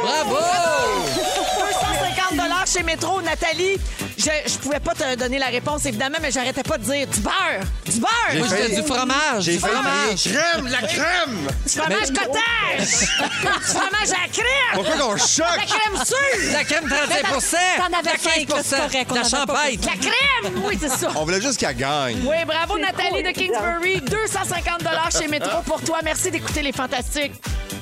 Bravo!
Bravo!
250 chez Métro, Nathalie. Je, je pouvais pas te donner la réponse, évidemment, mais j'arrêtais pas de dire du beurre! Du beurre!
Moi, j'étais du fromage.
j'ai
Du
fait
fromage.
crème, la crème!
Du fromage cottage! du fromage à la crème!
Pourquoi qu'on
La
choque?
crème sûre!
La crème 35
T'en avais
la 15
cinq, là, c'est correct, on
la
en a pas
champagne.
La crème! Oui, c'est ça.
On voulait juste qu'elle gagne.
Oui, bravo Nathalie
trop
de Kingsbury. 250 chez Métro pour toi. Merci d'écouter les fantastiques.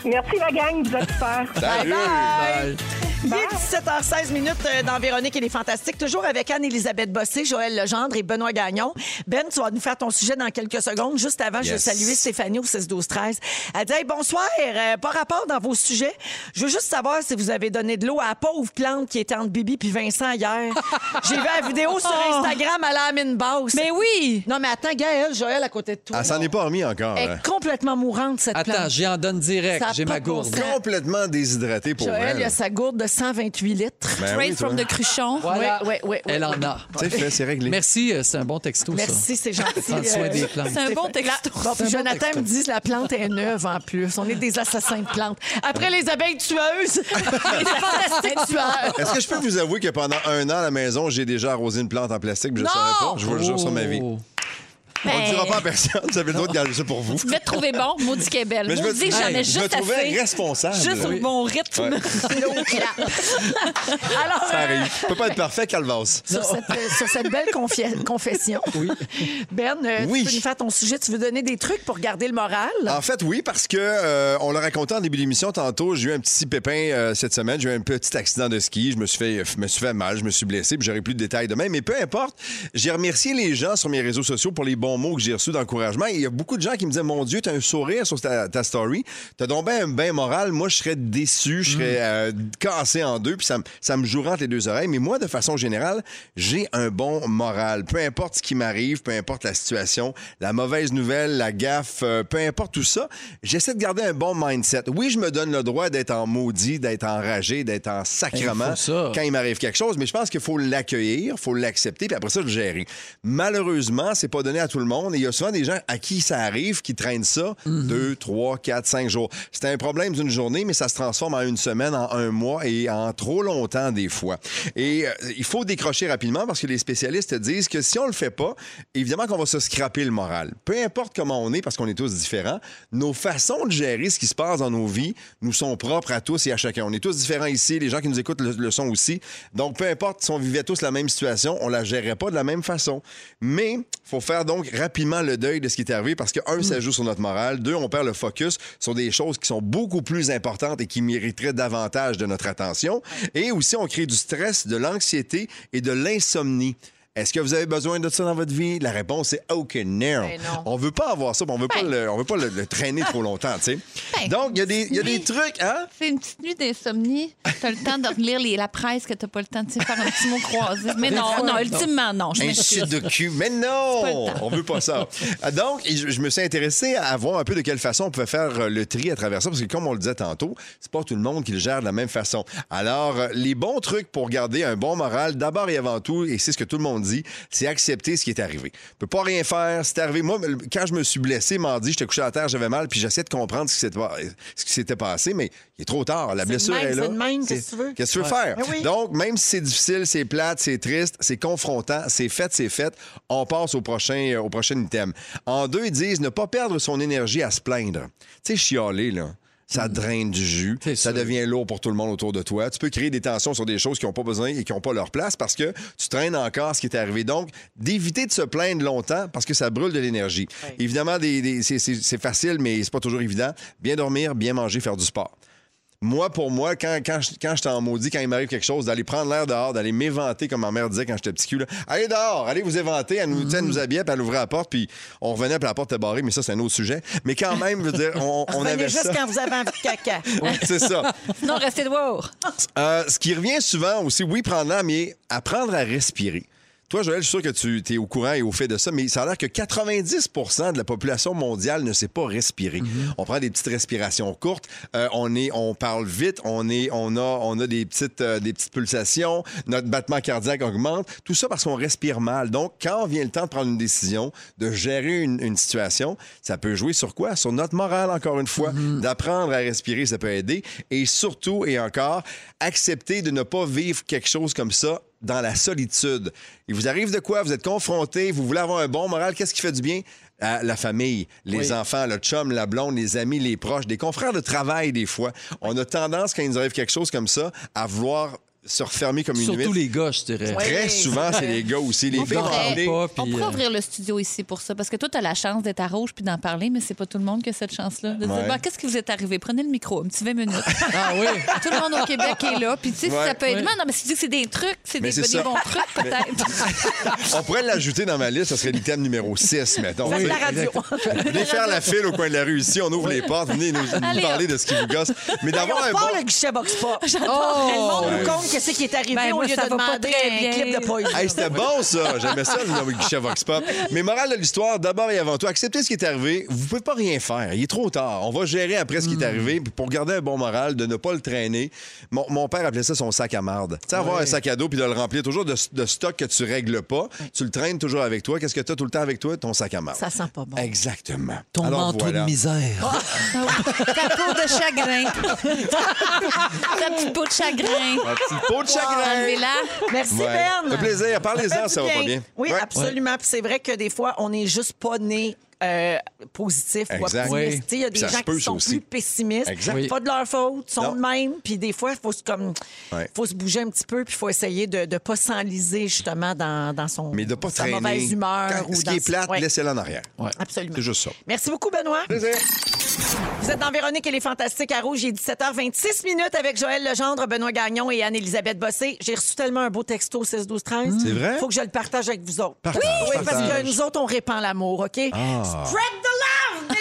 Merci la gang, vous êtes super.
Salut!
Bye. Il est 17h16 minutes euh, dans Véronique et les Fantastiques, toujours avec Anne-Élisabeth Bossé, Joël Legendre et Benoît Gagnon. Ben, tu vas nous faire ton sujet dans quelques secondes. Juste avant, je veux
Yes.
saluer Stéphanie au 6-12-13. Elle dit Hey, bonsoir, euh, par rapport dans vos sujets, je veux juste savoir si vous avez donné de l'eau à la pauvre plante qui était entre Bibi puis Vincent hier. J'ai vu la vidéo sur Instagram à la Amine Basse.
Mais oui!
Non, mais attends, Gaël, Joël à côté de toi.
Elle s'en est pas remis encore.
Elle
hein.
est complètement mourante, cette
Attends,
plante.
j'y en donne direct.
Ça a
J'ai
pas
ma
de
gourde.
bon sens.
Complètement déshydratée pour
Joël,
elle.
il a sa gourde de 128 litres.
Ben
Straight
oui, toi.
from the cruchon.
Voilà.
Ouais, ouais, ouais, ouais.
Elle en a.
C'est fait, c'est réglé.
Merci, euh, c'est un bon texto,
Merci, c'est gentil.
ça. Prendre soin
euh,
des plantes.
C'est un bon texte.
Bon, puis Jonathan me dit que la plante est neuve en plus. On est des assassins de plantes. Après les abeilles tueuses, les fantastiques tueurs.
Est-ce que je peux vous avouer que pendant un an à la maison, j'ai déjà arrosé une plante en plastique, puis je ne
Non!
savais pas? Je vous le jure sur ma vie.
Oh.
On ne
Ben,
le dira pas à personne, vous avez le droit de garder ça pour vous.
Je vais te trouver bon, maudit Québec.
je me,
Maudit, j'en ai
Hey, je me
juste
trouvais
assez.
responsable.
Juste
Oui.
au bon rythme.
Ouais.
Alors,
Ça
euh,
arrive. Peut pas être parfait, Calvas.
sur cette, euh, sur cette belle confie- confession, Ben, euh,
Oui. Ah,
tu peux nous faire ton sujet. Tu veux donner des trucs pour garder le moral?
En fait, oui, parce que euh, on l'a raconté en début d'émission tantôt, j'ai eu un petit pépin euh, cette semaine, j'ai eu un petit accident de ski, je me suis fait, je me suis fait mal, je me suis blessé, puis j'aurai plus de détails demain, mais peu importe, j'ai remercié les gens sur mes réseaux sociaux pour les bons mots que j'ai reçus d'encouragement. Et Il y a beaucoup de gens qui me disaient Mon Dieu, t'as un sourire sur ta, ta story, t'as donc ben un bain moral, moi je serais déçu, je
Mm.
serais euh, cassé en deux, puis ça, me- ça me joue entre les deux oreilles. Mais moi, de façon générale, j'ai un bon moral. Peu importe ce qui m'arrive, peu importe la situation, la mauvaise nouvelle, la gaffe, euh, peu importe tout ça, j'essaie de garder un bon mindset. Oui, je me donne le droit d'être en maudit, d'être enragé, d'être en sacrement
Il faut ça.
quand il m'arrive quelque chose, mais je pense qu'il faut l'accueillir, faut l'accepter, puis après ça, le gérer. Malheureusement, c'est pas donné à tout le monde, et il y a souvent des gens à qui ça arrive, qui traînent ça deux, trois, quatre, cinq jours. C'est un problème d'une journée, mais ça se transforme en une semaine, en un mois et en trop longtemps des fois. Et euh, il faut décrocher rapidement parce que les spécialistes disent que si on le fait pas, évidemment qu'on va se scraper le moral. Peu importe comment on est, parce qu'on est tous différents, nos façons de gérer ce qui se passe dans nos vies nous sont propres à tous et à chacun. On est tous différents ici, les gens qui nous écoutent le, le sont aussi. Donc, peu importe si on vivait tous la même situation, on la gérerait pas de la même façon. Mais faut faire donc rapidement le deuil de ce qui est arrivé parce que, un, ça joue sur notre morale. Deux, on perd le focus sur des choses qui sont beaucoup plus importantes et qui mériteraient davantage de notre attention. Et aussi, on crée du stress, de l'anxiété et de l'insomnie. Est-ce que vous avez besoin de ça dans votre vie? La réponse est OK, no.
Ben non.
On veut pas avoir ça, puis on veut pas, le, on veut pas le, le traîner trop longtemps, tu sais.
Ben,
Donc, il y a des, il y a des
oui.
trucs, hein?
C'est une petite nuit d'insomnie. T'as le temps de relire les- la presse que t'as pas le temps de tu sais, faire un petit mot croisé. Mais
Des
non,
fois,
non, ultimement, non. Je
Un
m'excuse.
shit de cul. Mais non! On veut pas ça. Donc, je, je me suis intéressé à voir un peu de quelle façon on pouvait faire euh, le tri à travers ça, parce que comme on le disait tantôt, c'est pas tout le monde qui le gère de la même façon. Alors, euh, les bons trucs pour garder un bon moral, d'abord et avant tout, et c'est ce que tout le monde dit, c'est accepter ce qui est arrivé. On peut pas rien faire, c'est arrivé. Moi, le- quand je me suis blessé mardi, j'étais couché à terre, j'avais mal, puis j'essayais de comprendre ce qui s'était pas- ce qui s'était passé, mais il est trop tard. La
C'est de
blessure
même,
est là.
c'est de même, qu'est-ce que
C'est-
tu veux?
Qu'est-ce que tu veux
Ouais.
faire?
Ben oui.
Donc, même si c'est difficile, c'est plate, c'est triste, c'est confrontant, c'est fait, c'est fait, on passe au prochain, euh, au prochain item. En deux, ils disent ne pas perdre son énergie à se plaindre. Tu sais, chialer, là.
Hmm.
Ça draine du jus, ça devient lourd pour tout le monde autour de toi. Tu peux créer des tensions sur des choses qui n'ont pas besoin et qui n'ont pas leur place parce que tu traînes encore ce qui est arrivé. Donc, d'éviter de se plaindre longtemps parce que ça brûle de l'énergie. Évidemment, des- des- c'est- c'est c'est facile, mais c'est pas toujours évident. Bien dormir, bien manger, faire du sport. Moi, pour moi, quand, quand, je- quand j'étais en maudit, quand il m'arrive quelque chose, d'aller prendre l'air dehors, d'aller m'éventer, comme ma mère disait quand j'étais petit cul, là. allez dehors, allez vous éventer, elle nous, tu sais, elle nous habillait, puis elle ouvrait la porte, puis on revenait, puis la porte était barrée, mais ça, c'est un autre sujet. Mais quand même, je veux dire, on, on
Revenez
avait
juste
ça.
quand vous avez envie de caca.
Ouais, c'est ça.
Sinon, restez dehors.
Euh, ce qui revient souvent aussi, oui, prendre l'air, mais apprendre à respirer. Toi, Joël, je suis sûr que tu es au courant et au fait de ça, mais ça a l'air que 90 de la population mondiale ne sait pas respirer. On prend des petites respirations courtes, euh, on, est, on parle vite, on, est, on a, on a des, petites, euh, des petites pulsations, notre battement cardiaque augmente, tout ça parce qu'on respire mal. Donc, quand vient le temps de prendre une décision, de gérer une, une situation, ça peut jouer sur quoi? Sur notre morale, encore une fois. D'apprendre à respirer, ça peut aider. Et surtout, et encore, accepter de ne pas vivre quelque chose comme ça dans la solitude. Il vous arrive de quoi? Vous êtes confronté, vous voulez avoir un bon moral. Qu'est-ce qui fait du bien? À la famille, les
Oui.
enfants, le chum, la blonde, les amis, les proches, des confrères de travail des fois. On a tendance, quand il nous arrive quelque chose comme ça, à vouloir se refermer comme une
Surtout
huître.
les gars, je dirais.
Très
Oui.
souvent, c'est les gars aussi. Les
On
filles,
en parle
les-
pas,
On
puis,
pourrait
euh,
ouvrir le studio ici pour ça, parce que toi, tu as la chance d'être à rouge puis d'en parler, mais c'est pas tout le monde qui a cette chance-là. De
Ouais.
dire, bon, qu'est-ce qui vous est arrivé? Prenez le micro, un petit 20 minutes.
Ah oui.
Tout le monde au Québec est là, puis tu sais, si
Ouais.
ça peut
Ouais.
aider. Non, mais si tu dis que c'est des trucs, c'est
Mais
des,
c'est
des
ça.
bons trucs,
Mais-
peut-être.
On pourrait l'ajouter dans ma liste, ce serait l'item numéro 6, mettons.
Faites
Tu sais.
la radio.
Venez faire la file au coin de la rue ici, on ouvre les portes, venez nous, nous
Allez,
parler
hop.
de ce qui vous gosse. Mais d'avoir un
Pas
bon.
le guichet box pas.
J'adore.
Le monde
Ouais.
nous compte qu'est-ce qui est arrivé
Ben,
au
moi,
lieu de
ça va pas
demander
très
un
bien.
clip de poésie.
Hey, c'était bon ça, j'aimais ça le guichet Vox Pop. Mais morale de l'histoire, d'abord et avant tout, acceptez ce qui est arrivé. Vous pouvez pas rien faire, il est trop tard. On va gérer après ce qui
Hmm.
est arrivé puis pour garder un bon moral, de ne pas le traîner. Mon, mon père appelait ça son sac à marde. Tu sais, avoir
Ouais.
un sac à dos puis de le remplir toujours de, de stock que tu règles pas, tu le traînes toujours avec toi. Qu'est-ce que tu as tout le temps avec toi? Ton sac à marde.
Ça sent pas bon.
Exactement.
Ton
Alors,
manteau
voilà.
de misère.
Ta peau de chagrin. Ta petite peau de chagrin.
Ma petite peau de chagrin.
Enlevez-la.
Merci,
Ouais.
Ben.
Ça fait plaisir. Parlez-en,
fait du
ça va pas bien.
Oui,
Ouais.
absolument. Puis c'est vrai que des fois, on n'est juste pas né. euh, positif ou
Exact.
optimiste.
Oui.
Tu sais, Il y a des
Puis ça
gens
se peut,
qui
ça
sont
aussi.
plus pessimistes.
Exact. Oui.
Pas de leur faute, sont
Non.
de même. Puis des fois, il faut, se comme-
Ouais.
faut se bouger un petit peu, puis il faut essayer de ne pas s'enliser justement dans, dans son,
Mais de pas
sa
traîner.
mauvaise humeur.
Quand-
ou
ce
dans
qui est plate,
Ouais.
laissez-le en arrière.
Absolument.
C'est juste ça.
Merci beaucoup, Benoît. Vous êtes dans Véronique et les Fantastiques à Rouge. Il est 17h26 minutes avec Joël Legendre, Benoît Gagnon et Anne-Élisabeth Bossé. J'ai reçu tellement un beau texto au 16 12 13
C'est vrai?
faut que je le partage avec vous autres.
Partage,
oui,
partage.
parce que nous autres, on répand l'amour, OK?
Ah.
Spread the love,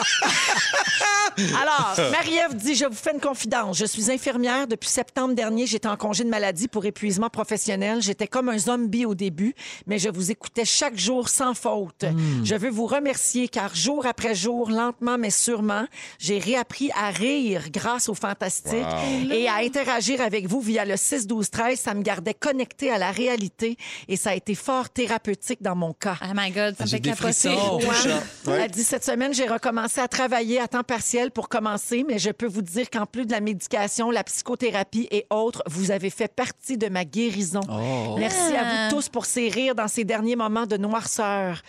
bitches! Alors, Marie-Ève dit Je vous fais une confidence. Je suis infirmière. Depuis septembre dernier, j'étais en congé de maladie pour épuisement professionnel. J'étais comme un zombie au début, mais je vous écoutais chaque jour sans faute. Je veux vous remercier car jour après jour, lentement mais sûrement, j'ai réappris à rire grâce au fantastique
Wow.
et à interagir avec vous via le 6-12-13. Ça me gardait connectée à la réalité et ça a été fort thérapeutique dans mon cas.
Oh my God, ça me
Ah, J'ai
fait
des
capoter.
frissons.
Oh, Ouais.
Touchant.
Ouais.
Elle dit cette semaine, j'ai recommencé à travailler à temps partiel pour commencer, mais je peux vous dire qu'en plus de la médication, la psychothérapie et autres, vous avez fait partie de ma guérison.
Oh.
Merci à
Ah.
vous tous pour ces rires dans ces derniers moments de noirceur.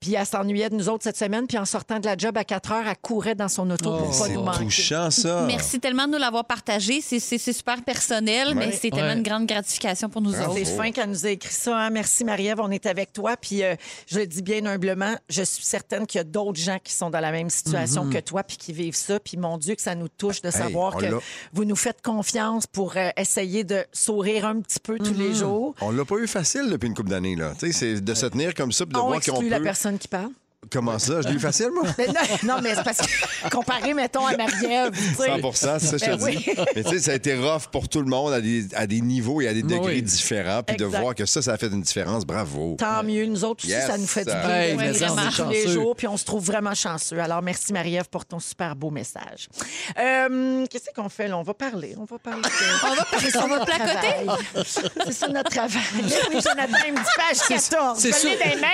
Puis elle s'ennuyait de nous autres cette semaine, puis en sortant de la job à 4 heures, elle courait dans son auto
Mais
pour pas
Oh, c'est
nous manquer.
touchant, ça.
Merci tellement de nous l'avoir partagé. C'est- C'est c'est super personnel,
Ouais.
Ah, mais c'est tellement
Ouais.
une grande gratification pour nous autres.
C'est fin qu'elle nous a écrit ça. hein. Merci, Marie-Ève. On est avec toi. Puis euh, je le dis bien humblement, je suis certaine qu'il y a d'autres gens qui sont dans la même situation
Mhm.
que toi puis qui vivent ça. Puis mon Dieu, que ça nous touche de
Hey,
savoir
on
que
l'a.
vous nous faites confiance pour euh, essayer de sourire un petit peu tous
Mhm. Mm-hmm.
les jours.
On l'a pas eu facile depuis une couple d'années, là. Tu sais, c'est de se tenir comme ça puis de
on
voir qu'on
exclut
peut...
la personne qui parle.
Comment ça? Je l'ai eu facile, moi?
Mais non, non, mais c'est parce que comparé, mettons, à Marie-Ève. tu sais.
100 c'est ça que je
Ben
te
oui.
dis. Mais tu sais, ça a été rough pour tout le monde à des, à des niveaux et à des
Ben Oui.
degrés différents. Puis de
Exact.
voir que ça, ça a fait une différence. Bravo.
Tant mieux, nous autres aussi,
Yes.
ça nous fait du bien
Hey,
de
mais
vivre
ça, on est
tous les
chanceux.
jours, puis on se trouve vraiment chanceux. Alors, merci Marie-Ève pour ton super beau message. Euh, Qu'est-ce qu'on fait là? On va parler, on va parler. de-
On va-
C'est ça
on va
notre
placoter?
travail. C'est ça notre travail. Oui, Jonathan, il me dit page 14.
C'est
Je
sur-
l'ai dans les mains.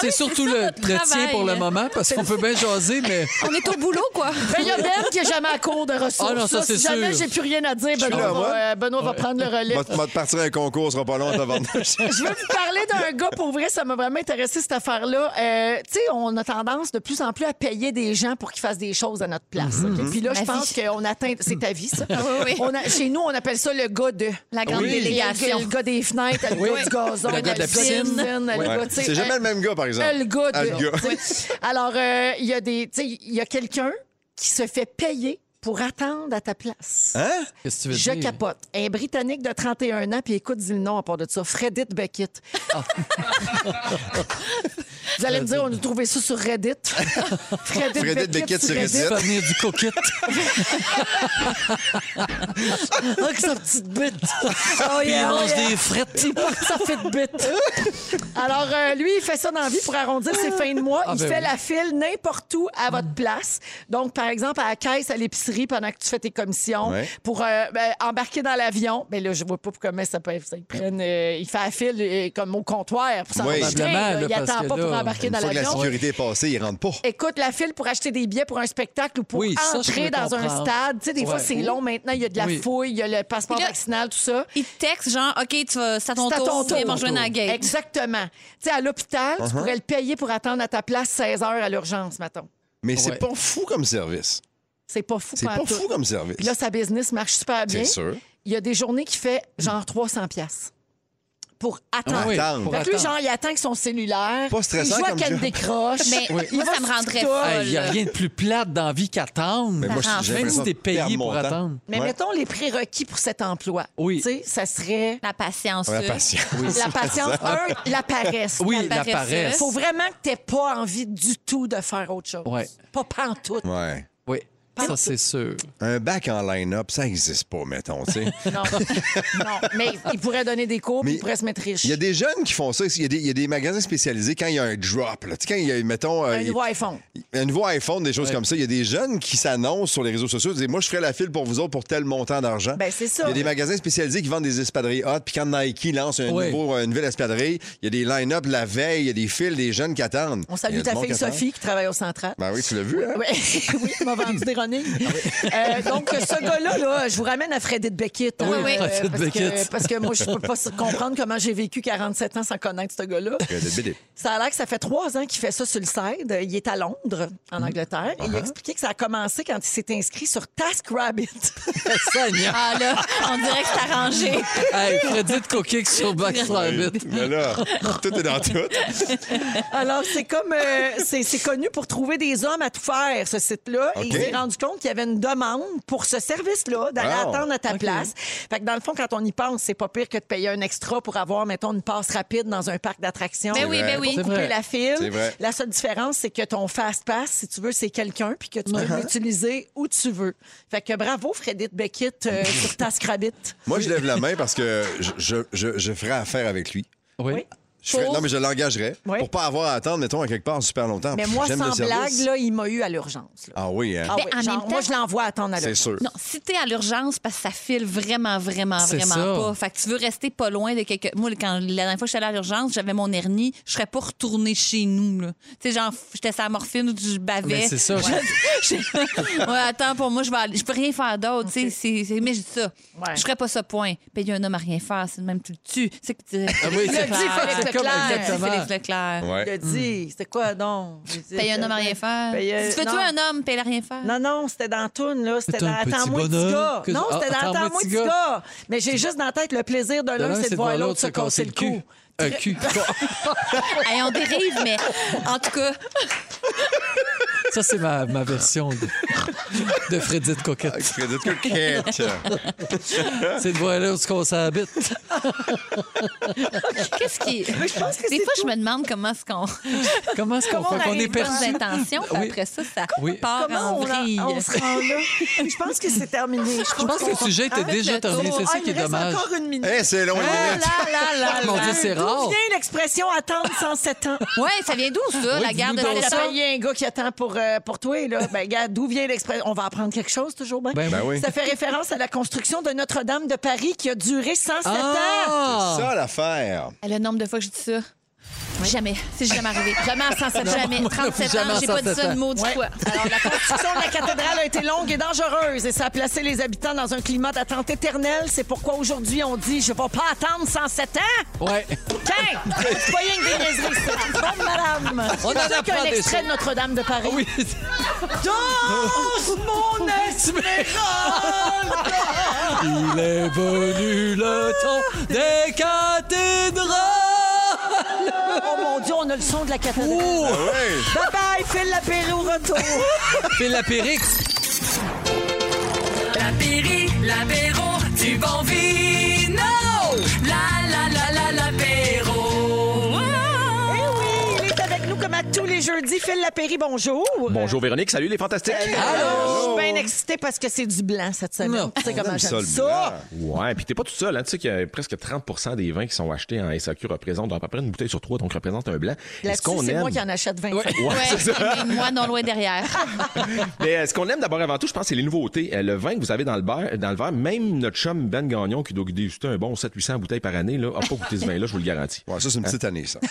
c'est surtout le, le tien pour le moment, parce qu'on peut bien jaser, mais.
On est au boulot, quoi.
Ben, il y a Ben qui n'est jamais à court de ressources.
Ah non, ça,
là.
c'est
si jamais
sûr.
j'ai plus rien à dire,
suis
Benoît,
là, moi.
va, euh, Benoît va
Ouais.
prendre le relais.
M'a m'a de partir à un concours, ce sera pas long avant de...
Je veux vous parler d'un gars, pour vrai, ça m'a vraiment intéressé cette affaire-là. Euh, tu sais, on a tendance de plus en plus à payer des gens pour qu'ils fassent des choses à notre place.
Mhm.
ok? Puis là, je
Ma
pense qu'on atteint. C'est ta vie, ça.
Ah oui, oui.
On a- chez nous, on appelle ça le gars de. La
grande Oui. délégation.
Le gars des fenêtres, le
Oui.
gars du gazon,
Le gars de la piscine.
le
Ouais.
gars, tu sais,
C'est jamais
euh,
le même gars, par exemple.
Le gars de-
Ah, le gars.
tu sais. Alors, euh, il y a des. Tu sais, il y a quelqu'un qui se fait payer pour attendre à ta place.
Hein?
Qu'est-ce que tu veux
Je
dire?
capote. Un Britannique de 31 ans, puis écoute, dis le nom à part de ça. Fredit Beckett.
Ah.
Vous allez me dire, on a trouvé ça sur Reddit. Fredit
Fredit Beckett sur Reddit. Pas venir
du coquette.
ah, que sa petite bite. Oh,
Puis il mange des
frites.
Il porte sa petite bite. Alors, euh, lui, il fait ça dans la vie pour arrondir ses fins de mois.
Ah,
il
ben
fait
oui.
la file n'importe où à votre place. Donc, par exemple, à la caisse, à l'épicerie, pendant que tu fais tes commissions,
Ouais.
pour euh, ben, embarquer dans l'avion. Mais là, je vois pas comment ça peut... Ça, ils prennent, euh, il fait la file euh, comme au comptoir pour
Oui.
s'enregistrer. là. il attend pas pour embarquer
Une
dans
fois que la
l'avion.
sécurité est passée, il rentre pas.
Écoute, la file pour acheter des billets pour un spectacle ou pour
Oui, ça, je
entrer
peux
dans un
comprendre.
stade. Tu sais, des fois,
Ouais.
c'est long maintenant. Il y a de la
Oui.
fouille, il y a le passeport
Puis là,
vaccinal, tout ça.
Il te texte, genre, OK, tu vas, c'est à ton
C'est à
tour,
ton tour.
viens me rejoindre à la gate.
Exactement. Tu sais, à l'hôpital, tu
Uh-huh.
pourrais le payer pour attendre à ta place 16 heures à l'urgence, mettons.
Mais
Ouais.
c'est pas fou comme service.
C'est pas fou.
C'est pas
pantoute.
fou comme service.
Puis là, sa business marche super
C'est
bien.
sûr.
Il y a des journées qui fait genre 300 pièces pour attendre.
Ah oui, attendre.
Fait que lui,
Pour
genre, il attend que son cellulaire.
Pas stressant
Il voit
comme
qu'elle
job.
décroche.
Mais
Il
moi,
va
ça
sur
me rendrait
TikTok.
Il n'y a rien de plus plate dans la vie qu'attendre.
Mais moi, j'ai
Même
l'impression
si t'es
de perdre
payé
mon
pour
temps.
attendre.
Mais mettons les prérequis pour cet emploi. Oui. Tu sais, ça serait.
La patience.
La patience. Oui,
la
c'est
patience.
ça.
Un, la paresse.
Oui, La la paresse. paresse.
faut vraiment que t'aies pas envie du tout de faire autre chose.
Ouais.
Pas pantoute.
Ouais.
Oui. Ça, c'est sûr.
Un bac en line-up, ça n'existe pas, mettons. tu sais.
Non. non. Mais il pourrait donner des cours, puis il pourrait se mettre riche.
Il y a des jeunes qui font ça. Il y a des, il y a des magasins spécialisés quand il y a un drop. Là. Tu sais, Quand il y a, mettons, euh,
Un nouveau iPhone.
un nouveau iPhone, des choses comme ça, il y a des jeunes qui s'annoncent sur les réseaux sociaux. Ils disent, moi, je ferai la file pour vous autres pour tel montant d'argent.
Ben, c'est ça.
Il y a des magasins spécialisés qui vendent des espadrilles hot. Puis quand Nike lance un
Oui.
nouveau, une nouvelle espadrille, il y a des line-up la veille, il y a des files, des jeunes qui attendent.
On
Il y
salue
a du
ta
monde
fille
qui attend.
Sophie qui travaille au central.
Ben oui, tu l'as vu, hein? Ah
Oui, oui, il m'a vendu des running. Euh, donc, ce gars-là, là, je vous ramène à Fredette Beckett. hein, euh,
Oui, oui. Fredette
parce,
Beckett.
Que, parce que moi, je peux pas comprendre comment j'ai vécu 47 ans sans connaître ce gars-là. Ça a l'air que ça fait trois ans qu'il fait ça sur le side. Il est à Londres,
Mm-hmm.
en Angleterre. Et Il a
Uh-huh.
expliqué que ça a commencé quand il s'est inscrit sur TaskRabbit.
Seigneur.
Ah là, on dirait que c'est arrangé.
Hey, Freddy de Cookies sur Backstreet.
Mais là, tout est dans tout.
Alors, c'est comme. euh, c'est c'est connu pour trouver des hommes à tout faire, ce site-là. Et
OK.
il s'est rendu compte qu'il y avait une demande pour ce service-là, d'aller
Wow.
attendre à ta place. Fait que dans le fond, quand on y pense, c'est pas pire que de payer un extra pour avoir, mettons, une passe rapide dans un parc d'attractions.
Ben oui, C'est ben vrai. oui.
Pour
C'est
couper
vrai.
la
C'est
file.
vrai.
La seule différence, c'est que ton fast pass, si tu veux, c'est quelqu'un, puis que tu peux
Uh-huh.
l'utiliser où tu veux. Fait que bravo, Fredette Beckett, euh, sur ta scrabit.
Moi, je lève la main parce que je, je, je- je ferais affaire avec lui. Je
Oui.
ferais-
Pour-
Non, mais je l'engagerais
Oui.
pour pas avoir à attendre, mettons, à quelque part super longtemps.
Mais
Pff,
moi,
Ah, j'aime le
sans
service.
blague, là, il m'a eu à l'urgence. là.
Ah oui, hein?
Ah oui,
Ben, en
genre,
même temps-
moi, je l'envoie attendre à
C'est
l'urgence.
sûr.
Non, si t'es à l'urgence, parce que ça file vraiment, vraiment,
C'est
vraiment
ça.
pas. Fait que tu veux rester pas loin de quelque. Moi, quand la dernière fois que j'étais allée à l'urgence, j'avais mon hernie, je serais pas retournée chez nous, là. Tu sais, genre, j'étais sur la morphine ou je bavais.
Mais c'est ça.
Je- je- ouais, attends, pour moi, je vais aller- je peux rien faire d'autre, tu sais. c'est- c'est- Mais je dis Ben, ça. Je ferais pas ça, point. Payer un homme à rien faire, c'est le même tu le tues. C'est que tu.
Ah oui,
Le
c'est Hmm.
dis, fallait que Leclerc.
exactement.
Félix Leclerc.
Ouais. Il a dit, c'est quoi donc? euh,
Paye un homme à rien faire. Si tu fais tuer un
homme, paye à rien faire. Non, non, c'était dans Toon, là. C'était
C'est
dans
un petit
Attends-moi, petit
bonhomme
gars.
que-
Non,
Ah,
c'était dans
Attends-moi,
Attends-moi,
petit
petit
gars.
gars. Mais j'ai juste dans la tête le plaisir de l'un, c'est de voir l'autre se casser le cou.
Un cul.
Hey, on dérive, mais en tout cas,
Ça, c'est ma, ma version de, de Frédéric
Ah,
Coquette.
Frédéric Coquette.
c'est de voir là où qu'on s'habite.
qu'est-ce qui. Des fois, je me demande comment est-ce qu'on.
Comment est-ce qu'on
Comment
fait
on
qu'on est
arrive dans
perçu?
l'intention, puis après ça, ça
Oui.
part en
Comment on, en-
vrille.
on se rend là? Je pense que c'est terminé. Je,
pense que le
qu'on-
sujet était
Avec
déjà
le
terminé,
tour.
c'est ça
Ah, il
qui est
me reste
dommage.
encore une minute.
Eh, c'est long, une
Ah,
minute.
là, là,
Ah, mon Dieu, c'est
D'où
rare.
vient l'expression attendre 107 ans?
Oui, ça vient d'où, ça, la garde de
Il
la
y a un gars qui attend pour, euh, pour toi. Là. Ben, regarde, d'où vient l'expression? On va apprendre quelque chose, toujours bien.
Ben oui.
Ça fait référence à la construction de Notre-Dame de Paris qui a duré 107
Ah!
ans.
C'est ça l'affaire.
Le nombre de fois que je dis ça. Jamais. C'est jamais arrivé. Jamais en 107
Non, moi
Jamais.
non
37
plus, jamais
ans, j'ai
en
pas dit
107
ça une
ans.
maudite
Ouais.
fois.
Alors, la construction de la cathédrale a été longue et dangereuse et ça a placé les habitants dans un climat d'attente éternelle. C'est pourquoi aujourd'hui, on dit « Je vais pas attendre 107 ans!
Ouais. »
Tiens! C'est pas rien que des niaiseries, c'est une bonne madame.
On en
C'est
apprend
un
des
extrait
choses.
de Notre-Dame de
Ah
Paris.
Oui.
Danse, mon espérance!
Il est venu le temps des cathédrales.
Oh mon Dieu, on a le son de la cathédrale.
Oh.
Bye bye, Phil Lapéry au retour.
Phil Lapérix.
L'apéri, l'apéro, du bon vino. La la la la l'apéro.
Eh oui, il est avec nous comme à tous les jeudis. Phil Lapéry, bonjour.
Bonjour Véronique, salut les fantastiques.
Je suis bien excitée parce que c'est du blanc cette semaine. Tu sais comment j'aime ça.
Ouais, puis t'es pas tout seul, hein. tu sais qu'il y a presque 30 des vins qui sont achetés en SAQ représentent à peu près une bouteille sur trois, donc représente un blanc. Est-ce
Là-dessus,
qu'on
c'est
aime?
moi qui en achète 20.
Ouais, c'est ça.
Et moi, non loin derrière.
Mais euh, ce qu'on aime d'abord avant tout, je pense, c'est les nouveautés. Euh, Le vin que vous avez dans le verre, dans le verre, même notre chum Ben Gagnon, qui doit déguster un bon 700-800 bouteilles par année, là, a pas goûté ce vin-là, je vous le garantis.
Ouais, ça, c'est une petite année, ça.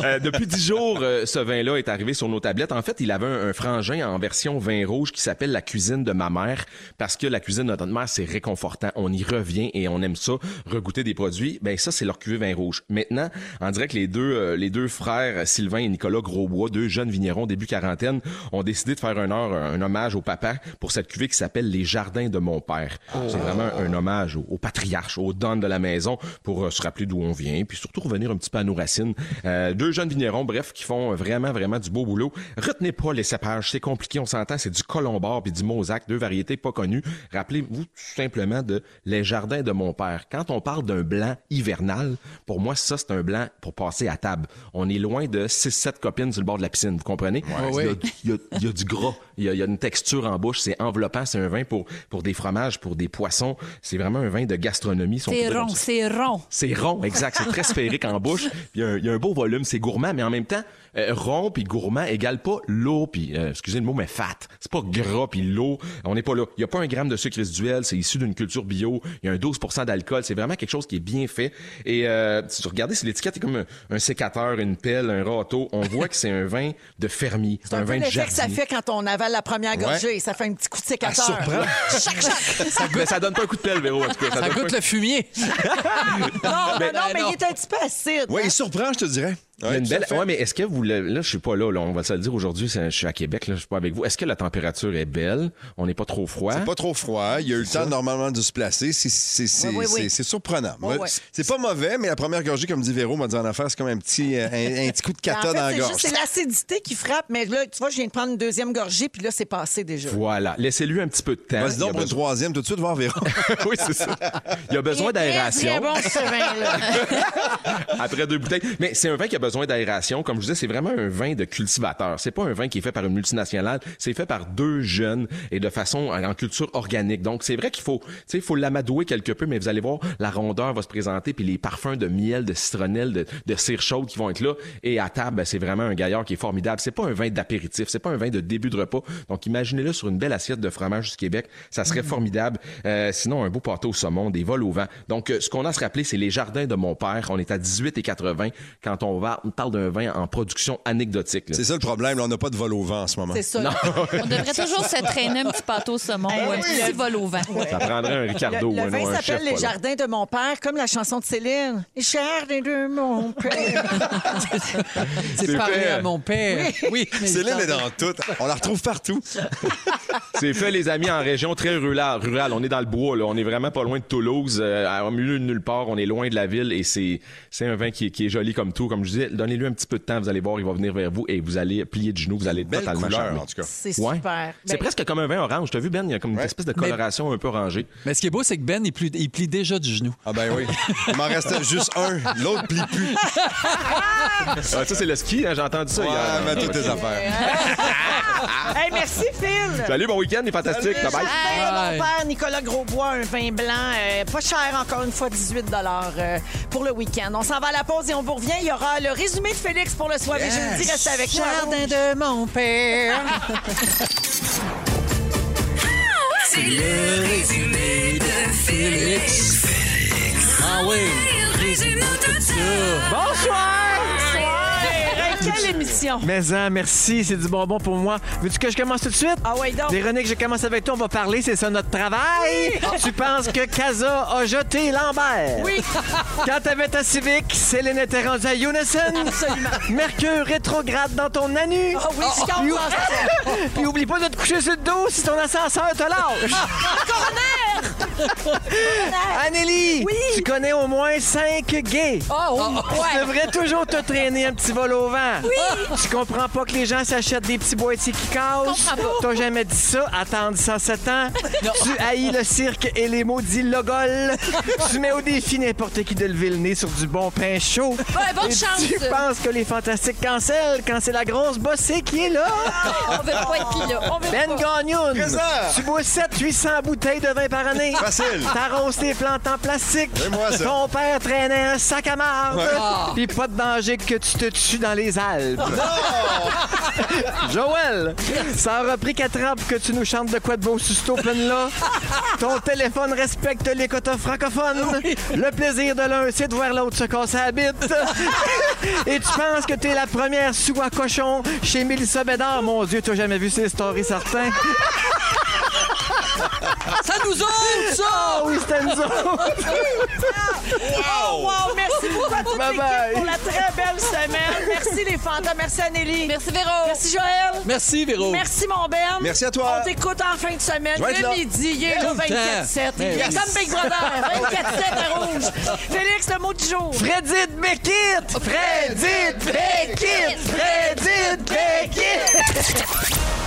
Euh, depuis dix jours, euh, ce vin-là est arrivé sur nos tablettes. En fait, il avait un, un frangin en version vin rouge qui s'appelle la cuisine de ma mère parce que la cuisine de notre mère, c'est réconfortant. On y revient et on aime ça, regoûter des produits. Ben ça, c'est leur cuvée vin rouge. Maintenant, on dirait que les deux, euh, les deux frères euh, Sylvain et Nicolas Grosbois, deux jeunes vignerons début quarantaine, ont décidé de faire un, heure, un hommage au papa pour cette cuvée qui s'appelle les jardins de mon père. C'est vraiment un hommage au, au patriarche, au don de la maison pour euh, se rappeler d'où on vient, puis surtout revenir un petit peu à nos racines. Euh, deux jeunes vignerons, bref, qui font vraiment, vraiment du beau boulot. Retenez pas les cépages, c'est compliqué, on s'entend, c'est du colombard puis du mosaque, deux variétés pas connues. Rappelez-vous tout simplement de les jardins de mon père. Quand on parle d'un blanc hivernal, pour moi, ça, c'est un blanc pour passer à table. On est loin de 6-7 copines sur le bord de la piscine, vous comprenez?
Ouais,
Il y a
ouais.
il y, a, il y a du gras, il y a, il y a une texture en bouche, c'est enveloppant, c'est un vin pour, pour des fromages, pour des poissons, c'est vraiment un vin de gastronomie. si on peut
C'est
dire
rond,
comme ça.
c'est rond.
C'est rond, exact, c'est très sphérique en bouche, il y, a un, il y a un beau volume, c'est gourmand, mais en même temps, euh, rond puis gourmand égale pas l'eau, puis, euh, excusez le mot, mais fat. C'est pas gras puis l'eau, on n'est pas là. Il y a pas un gramme de sucre résiduel, c'est issu d'une culture bio, il y a un 12 d'alcool, c'est vraiment quelque chose qui est bien fait. Et euh, si tu regardez, sur l'étiquette, c'est comme un, un sécateur, une pelle, un râteau, on voit que c'est un vin de fermier,
C'est un, peu
vin de
l'effet que ça
jardinier.
fait quand on avale la première gorgée. Ça fait un petit coup de sécateur.
surprend.
Chac, chac.
Ça goûte... ça donne pas un coup de pelle, Véro, en tout cas.
Ça
donne
goûte
pas...
le fumier.
non, non,
Ben,
non, mais
non.
il est un petit peu acide.
Ouais,
hein?
il
surprend, je te dirais.
Il y a une
tout à
belle...
fait.
ouais, mais est-ce que vous... le- Là, je suis pas là, là, on va se le dire aujourd'hui, c'est- je suis à Québec, là, je suis pas avec vous. Est-ce que la température est belle? On n'est pas trop froid?
C'est pas trop froid. Il y a eu le temps normalement de se placer. C'est- C'est c'est-
Ouais, ouais, ouais.
c'est- c'est surprenant.
Ouais,
Moi,
ouais.
C'est pas mauvais, mais la première gorgée, comme dit Véro, m'a dit en affaire, c'est comme un petit, euh, un, un petit coup de
En fait,
cathode en
c'est juste-
gorge.
c'est l'acidité qui frappe, mais là, tu vois, je viens de prendre une deuxième gorgée, puis là, c'est passé déjà.
Voilà. Laissez-lui un petit peu de temps.
Vas-y donc pour une troisième, tout de suite voir Véro.
oui, c'est ça. Il a besoin d'aération. après deux bouteilles. Mais c'est un vin qui a besoin d'aération. Comme je vous disais, c'est vraiment un vin de cultivateur. C'est pas un vin qui est fait par une multinationale. C'est fait par deux jeunes et de façon euh, en en culture organique. Donc, c'est vrai qu'il faut, tu sais, il faut l'amadouer quelque peu, mais vous allez voir, la rondeur va se présenter puis les parfums de miel, de citronnelle, de, de cire chaude qui vont être là. Et à table, ben, c'est vraiment un gaillard qui est formidable. C'est pas un vin d'apéritif. C'est pas un vin de début de repas. Donc, imaginez-le sur une belle assiette de fromage du Québec. Ça serait formidable. Euh, sinon, un beau pâteau au saumon, des vols au vent. Donc, euh, ce qu'on a à se rappeler, c'est les jardins de mon père. On est à 18 et 80 quand on va parle, on parle d'un vin en production anecdotique.
C'est ça le problème, là, on n'a pas de vol au vent en ce moment.
C'est ça.
Non.
On devrait toujours se traîner un petit pâteau au saumon
Eh
ou un
oui,
petit
le-
vol au vent.
Ça prendrait un Ricardo.
Le
hein, non,
vin
un
s'appelle
chef
Les
pas là.
Jardins de mon père, comme la chanson de Céline. Les Jardins de mon père.
C'est parler à mon père. Oui.
Céline est dans tout. On la retrouve partout.
C'est fait, les amis, en région très rurale. rurale. On est dans le bois, là. On est vraiment pas loin de Toulouse, euh, à- au milieu de nulle part. On est loin de la ville et c'est c'est un vin qui, est- qui est joli comme tout. Comme je disais, donnez-lui un petit peu de temps. Vous allez voir, il va venir vers vous et vous allez plier de genoux. Vous allez être
Belle
totalement
couleur,
charmé.
en tout cas.
C'est
Ouais.
super.
C'est
Ben,
presque comme un vin orange. T'as vu, Ben? Il y a comme une espèce de coloration un peu orangée.
Mais ce qui est beau, c'est que Ben, il plie, il plie déjà du genou.
Ah ben oui. Il m'en reste juste un. L'autre plie plus.
Ah, ça, c'est le ski. hein, J'ai entendu ça
Ouais,
hier.
mets toutes tes affaires.
Ah! hey, merci, Phil.
Salut, bon week-end, les fantastiques.
Salut,
Bye-bye.
Jardin de
Bye.
Mon père, Nicolas Grosbois, un vin blanc, euh, pas cher encore une fois, 18 euh, pour le week-end. On s'en va à la pause et on vous revient. Il y aura le résumé de Félix pour le soir et jeudi. Restez avec moi.
Jardin de mon père.
C'est le résumé de Félix.
Ah oui.
Résume tout ça.
Bonsoir. Bonsoir. Hey, ben, Quelle émission.
Mais hein, merci, c'est du bonbon pour moi. Veux-tu que je commence tout de suite?
Ah ouais, donc.
Véronique, je commence avec toi, on va parler, c'est ça notre travail. Tu penses que Casa a jeté Lambert?
Oui.
Quand t'avais ta Civic, Céline était rendue à Unison.
Absolument.
Mercure rétrograde dans ton anus.
Ah oui, je comprends
Puis-
ça.
Puis oublie pas de te coucher sur le dos si ton ascenseur te lâche.
Ah,
Anneli,
Oui.
tu connais au moins cinq gays.
Ah,
Oh,
Tu devrais toujours te traîner un petit vol au vent. Oui. Tu comprends pas que les gens s'achètent des petits boîtiers qui cassent.
Comprends pas.
T'as jamais dit ça. Attendre 107 ans. Tu haïs le cirque et les maudits logoles. tu mets au défi n'importe qui de lever le nez sur du bon pain chaud.
Ouais, bonne
Et
chance.
Tu penses que les fantastiques cancellent quand c'est la grosse bossée qui est là.
Ah, On veut pas être qui, là. On veut
Ben Gagnon,
Présent.
tu bois 700-800 bouteilles de vin par année.
Facile.
T'arroses tes plantes en plastique.
C'est moi, ça.
Ton père traînait un sac à marde.
Ouais.
Puis pas de danger que tu te tues dans les Alpes. Joël, ça aura pris 4 ans pour que tu nous chantes de quoi de beau susto plein là. Ton téléphone respecte les quotas
Ah
francophones. Le plaisir de l'un, c'est de voir l'autre se casser la bite. Et tu penses que t'es la première sous à cochon chez Mélissa Bédard. Mon Dieu, t'as jamais vu ces stories certains.
Ça nous autres,
Ah
ça!
oui, c'était nous autres.
Wow. Oh, wow. Merci beaucoup à toute
Bye
l'équipe
bye.
pour la très belle semaine. Merci les fantas. Merci Anneli.
Merci, Véro.
Merci Joël.
Merci, Véro.
Merci mon Ben.
Merci à toi.
On t'écoute en fin de semaine,
Je vais être là.
le midi, il est là
Tout le temps.
24-7. Il
Mais
est
oui.
comme Big Brother, 24-7 à rouge. Félix, le mot du jour.
Fredit Beckett! Fredit Beckett! Fredit Beckett!